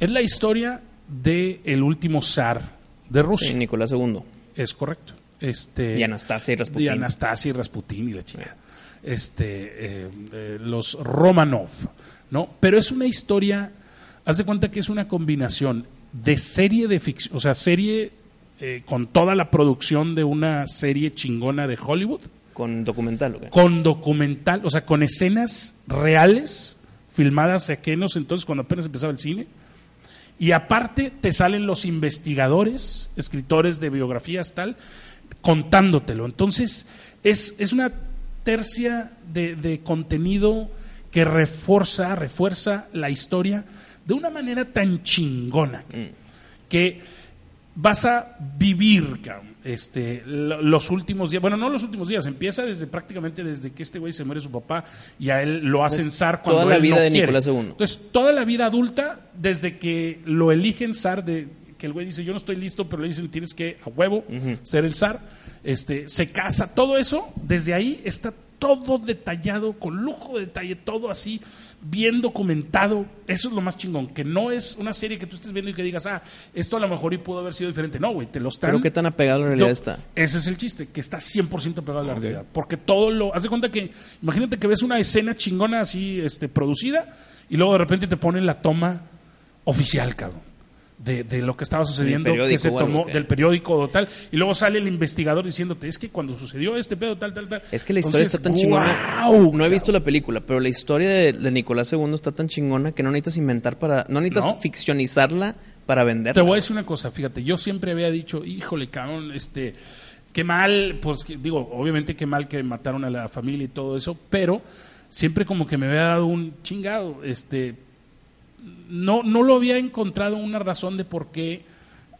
A: Es la historia de el último zar de Rusia.
B: Sí, Nicolás II.
A: Es correcto. Este,
B: Y Anastasia y Rasputin.
A: y Anastasia y Rasputín y la chingada. Este, eh, eh, los Romanov, ¿no? Pero es una historia, haz de cuenta que es una combinación de serie de ficción, o sea, serie eh, con toda la producción de una serie chingona de Hollywood,
B: Con documental, güey.
A: con documental, o sea, con escenas reales, filmadas aquenos entonces cuando apenas empezaba el cine. Y aparte te salen los investigadores, escritores de biografías, tal, contándotelo. Entonces es, es una tercia de, de contenido que reforza, refuerza la historia de una manera tan chingona cabrón, que vas a vivir cabrón, este, lo- los últimos días. Bueno, no los últimos días, empieza desde prácticamente desde que este güey se muere su papá y a él lo hacen
B: Es
A: zar
B: Pues, toda
A: cuando
B: la
A: él
B: vida
A: no
B: de
A: quiere.
B: Nicolás II.
A: Entonces, toda la vida adulta, desde que lo eligen zar, de, que el güey dice, yo no estoy listo, pero le dicen, tienes que a huevo ser el zar, este, se casa, todo eso, desde ahí está todo detallado, con lujo de detalle, todo así, bien documentado. Eso es lo más chingón, que no es una serie que tú estés viendo y que digas, ah, esto a lo mejor y pudo haber sido diferente. No, güey, te lo están...
B: Pero qué tan apegado a la realidad
A: No,
B: está.
A: Ese es el chiste, que está 100% pegado a la realidad. Porque todo lo. Haz de cuenta que. Imagínate que ves una escena chingona así, este, producida, y luego de repente te ponen la toma oficial, cabrón. De, de lo que estaba sucediendo, que
B: periódico
A: se
B: o algo,
A: tomó
B: ¿qué?
A: del periódico o tal, y luego sale el investigador diciéndote: Es que cuando sucedió este pedo, tal, tal, tal.
B: Es que la historia
A: Entonces,
B: está tan chingona.
A: ¡guau!
B: no he visto la película, pero la historia de, de Nicolás II está tan chingona que no necesitas inventar para. No necesitas
A: No.
B: ficcionizarla para venderla.
A: Te voy a decir una cosa, fíjate, yo siempre había dicho, híjole, cabrón, este, qué mal, pues que- digo, obviamente qué mal que mataron a la familia y todo eso, pero siempre como que me había dado un chingado, este, no, no lo había encontrado una razón de por qué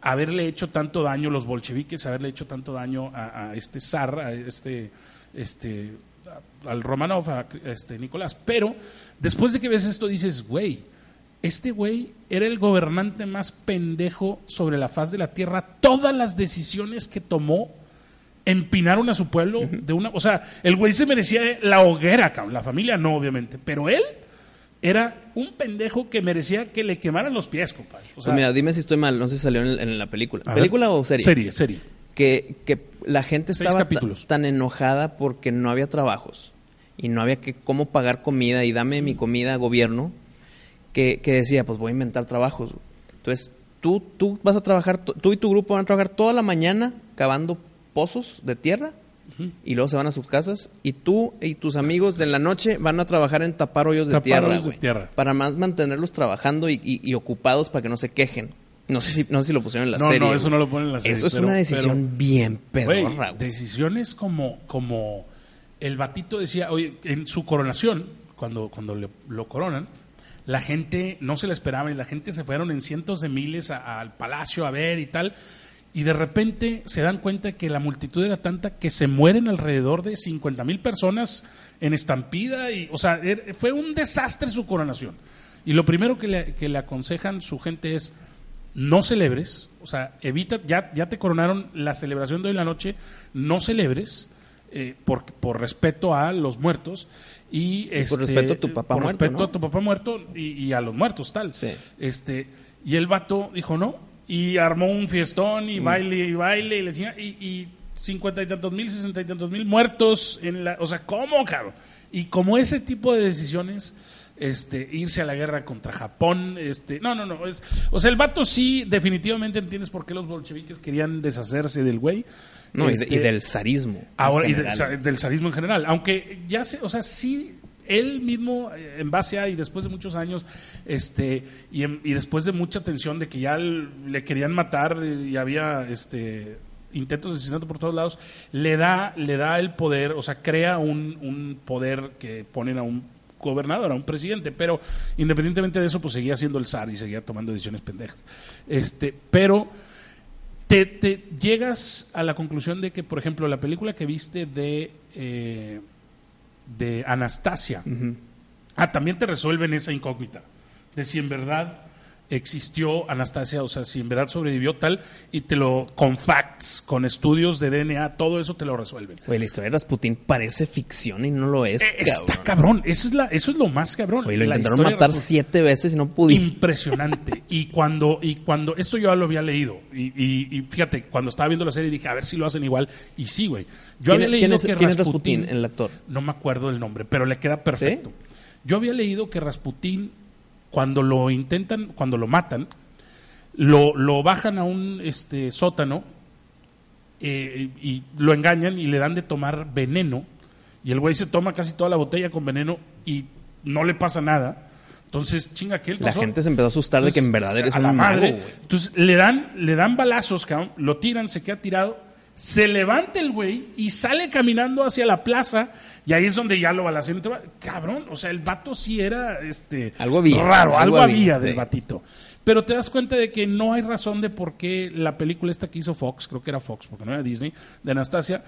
A: haberle hecho tanto daño a los bolcheviques, haberle hecho tanto daño a, a este zar, a este, este, a- al Romanov, a este Nicolás. Pero después de que ves esto dices, güey, este güey era el gobernante más pendejo sobre la faz de la tierra. Todas las decisiones que tomó empinaron a su pueblo de una, o sea, el güey se merecía la hoguera, cabrón. la familia no, obviamente, pero él era un pendejo que merecía que le quemaran los pies, compadre. O sea,
B: Pues mira, dime si estoy mal, no sé si salió en, en la película.
A: a ver.
B: ¿Película o serie?
A: Serie, serie.
B: Que, que la gente
A: Seis
B: estaba ta-
A: capítulos.
B: tan enojada porque no había trabajos y no había que cómo pagar comida y dame mi comida gobierno que, que decía, pues voy a inventar trabajos. güey. Entonces, tú, tú vas a trabajar, t- tú y tu grupo van a trabajar toda la mañana cavando pozos de tierra y luego se van a sus casas y tú y tus amigos en la noche van a trabajar en tapar hoyos de
A: Tapar
B: tierra,
A: hoyos de
B: güey,
A: tierra.
B: para más mantenerlos trabajando y, y- y ocupados para que no se quejen. No sé si, no sé si lo pusieron en la
A: No,
B: serie.
A: no, eso
B: güey.
A: no lo ponen en la serie,
B: Eso es
A: pero-
B: una decisión
A: pero-
B: bien
A: Güey,
B: pedorra, güey.
A: decisiones como, como el batito decía, oye, en su coronación, cuando, cuando le- lo coronan, la gente no se la esperaba y la gente se fueron en cientos de miles a- al palacio a ver y tal. Y de repente se dan cuenta que la multitud era tanta que se mueren alrededor de 50 mil personas en estampida. Y, o sea, er- fue un desastre su coronación. Y lo primero que le- que le aconsejan su gente es, no celebres, o sea, evita, ya, ya te coronaron la celebración de hoy en la noche, no celebres eh, por, por respeto a los muertos y, este,
B: respeto a tu papá
A: por
B: muerto,
A: respeto
B: ¿no?
A: a tu papá muerto y, y a los muertos, tal.
B: Sí.
A: Este, y el vato dijo no, y armó un fiestón
B: Mm.
A: y baile y baile y le chinga- y, y cincuenta y tantos mil, sesenta y tantos mil muertos en la, o sea, ¿cómo, cabrón? Y como ese tipo de decisiones, este, irse a la guerra contra Japón, este, no, no, no, es, o sea, el vato sí, definitivamente entiendes por qué los bolcheviques querían deshacerse del güey.
B: No, y de-
A: Este,
B: y, del zarismo. en
A: Ahora, y del,
B: general.
A: sa- del zarismo en general. Aunque ya se, o sea, sí, él mismo, eh, en base a, y después de muchos años, este, y, en- y después de mucha tensión de que ya l- le querían matar eh, y había, este, intentos de asesinato por todos lados, le da, le da el poder, o sea, crea un, un poder que ponen a un gobernador, a un presidente, pero independientemente de eso, pues seguía siendo el zar y seguía tomando decisiones pendejas. Este, pero te, te llegas a la conclusión de que, por ejemplo, la película que viste de, eh, de Anastasia, ah, también te resuelven esa incógnita de si en verdad existió Anastasia, o sea, si en verdad sobrevivió tal, y te lo, con facts, con estudios de DNA, todo eso te lo resuelven.
B: Güey, la historia de Rasputín parece ficción y no lo es,
A: Eh, Está
B: cabrón.
A: cabrón, eso es, la, eso es lo más cabrón.
B: Güey, lo
A: La
B: intentaron
A: historia
B: matar
A: resulta-
B: siete veces y no pudieron.
A: impresionante. y cuando, y cuando, esto yo ya lo había leído. Y, y- y fíjate, cuando estaba viendo la serie dije, a ver si lo hacen igual. Y sí, güey. Yo
B: ¿Quién-
A: había leído
B: quién es-
A: que
B: quién es
A: Rasputín,
B: Rasputín, el actor?
A: No me acuerdo el nombre, pero le queda perfecto.
B: ¿Sí?
A: Yo había leído que Rasputín, cuando lo intentan, cuando lo matan, lo, lo bajan a un este, sótano eh, y lo engañan y le dan de tomar veneno. Y el güey se toma casi toda la botella con veneno y no le pasa nada. Entonces, chinga, que él
B: La
A: pasó. pues,
B: gente se empezó a asustar de que en verdad eres
A: a la
B: un mago,
A: madre.
B: güey.
A: Entonces le dan, le dan balazos, cabrón, lo tiran, se queda tirado, se levanta el güey y sale caminando hacia la plaza y ahí es donde ya lo balacean. y todo. Cabrón, o sea, el vato sí era este
B: Algo había,
A: raro, algo,
B: algo
A: había,
B: había,
A: del
B: sí.
A: batito. Pero te das cuenta de que no hay razón de por qué la película esta que hizo Fox, creo que era Fox, porque no era Disney, de Anastasia,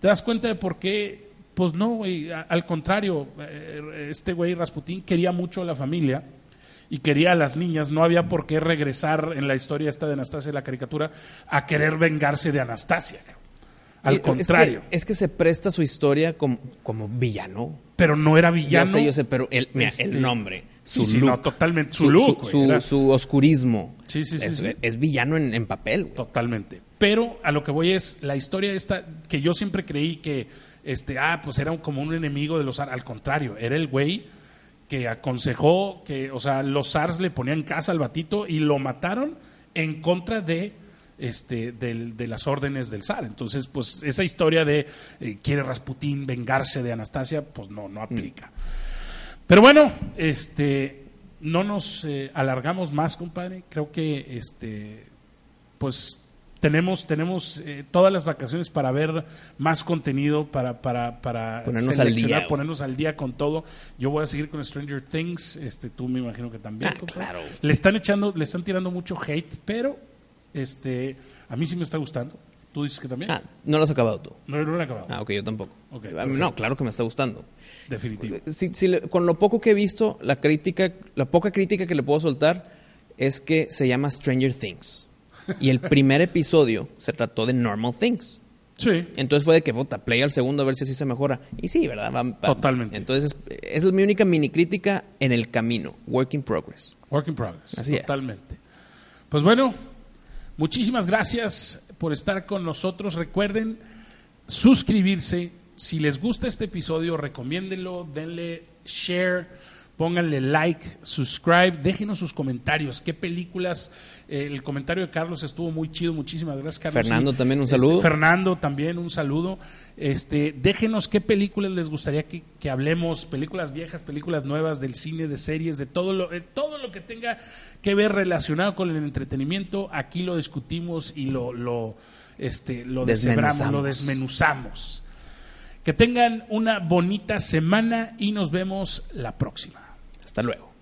A: te das cuenta de por qué, pues no, güey, a- al contrario, eh, este güey Rasputín quería mucho a la familia y quería a las niñas, no había por qué regresar en la historia esta de Anastasia, la caricatura, a querer vengarse de Anastasia. cabrón.
B: Y-
A: Al
B: Eh, es que-
A: contrario,
B: Es que, se presta su historia como, como villano.
A: pero no era
B: Ya
A: villano.
B: sé, yo sé, pero el, mira,
A: este,
B: el nombre.
A: sí,
B: Su
A: sí,
B: look,
A: no, totalmente, su
B: su,
A: look,
B: su-
A: güey, era-
B: su oscurismo.
A: Sí, sí, sí,
B: Es,
A: sí.
B: es villano en, en papel, güey.
A: Totalmente. Pero a lo que voy es la historia esta que yo siempre creí que este ah pues era un- como un enemigo de los SARS, al contrario, era el güey que aconsejó que, o sea, los SARS le ponían casa al batito y lo mataron en contra de este del- de las órdenes del zar. Entonces, pues esa historia de eh, quiere Rasputín vengarse de Anastasia, pues no no aplica. Pero bueno, este no nos eh, alargamos más, compadre. Creo que este pues tenemos, tenemos eh, todas las vacaciones para ver más contenido, para, para, para
B: Ponernos al
A: seleccionar,
B: día, güey.
A: ponernos al día con todo. Yo voy a seguir con Stranger Things, este, tú me imagino que también.
B: Ah,
A: compadre.
B: claro.
A: Le están echando, le están tirando mucho hate, pero este, a mí sí me está gustando. ¿Tú dices que también?
B: Ah, no lo has acabado tú.
A: No, no lo han acabado.
B: Ah, ok, yo tampoco.
A: Ok,
B: A mí
A: perfecto.
B: no, claro que me está gustando.
A: Definitivo.
B: Si- si le- con lo poco que he visto, la crítica, la poca crítica que le puedo soltar es que se llama Stranger Things. Y el primer episodio se trató de Normal Things.
A: Sí.
B: Entonces fue de que, puta, play al segundo a ver si así se mejora. Y sí, ¿verdad? Va- va-
A: Totalmente.
B: Entonces, es, es mi única mini crítica en el camino. Work in progress.
A: Work in progress.
B: Así es.
A: Totalmente. Pues bueno, muchísimas gracias por estar con nosotros. Recuerden suscribirse. Si les gusta este episodio, recomiéndenlo, denle share, pónganle like, subscribe, déjenos sus comentarios. ¿Qué películas? Eh, el comentario de Carlos estuvo muy chido. Muchísimas gracias, Carlos.
B: Fernando,
A: Sí,
B: también un
A: este,
B: saludo.
A: Fernando, también un saludo. Este, déjenos qué películas les gustaría que, que hablemos, películas viejas, películas nuevas, del cine, de series, de todo lo, eh, todo lo que tenga que ver relacionado con el entretenimiento, aquí lo discutimos y lo, lo, este, lo deshebramos,
B: Desmenuzamos.
A: lo desmenuzamos. Que tengan una bonita semana y nos vemos la próxima.
B: Hasta luego.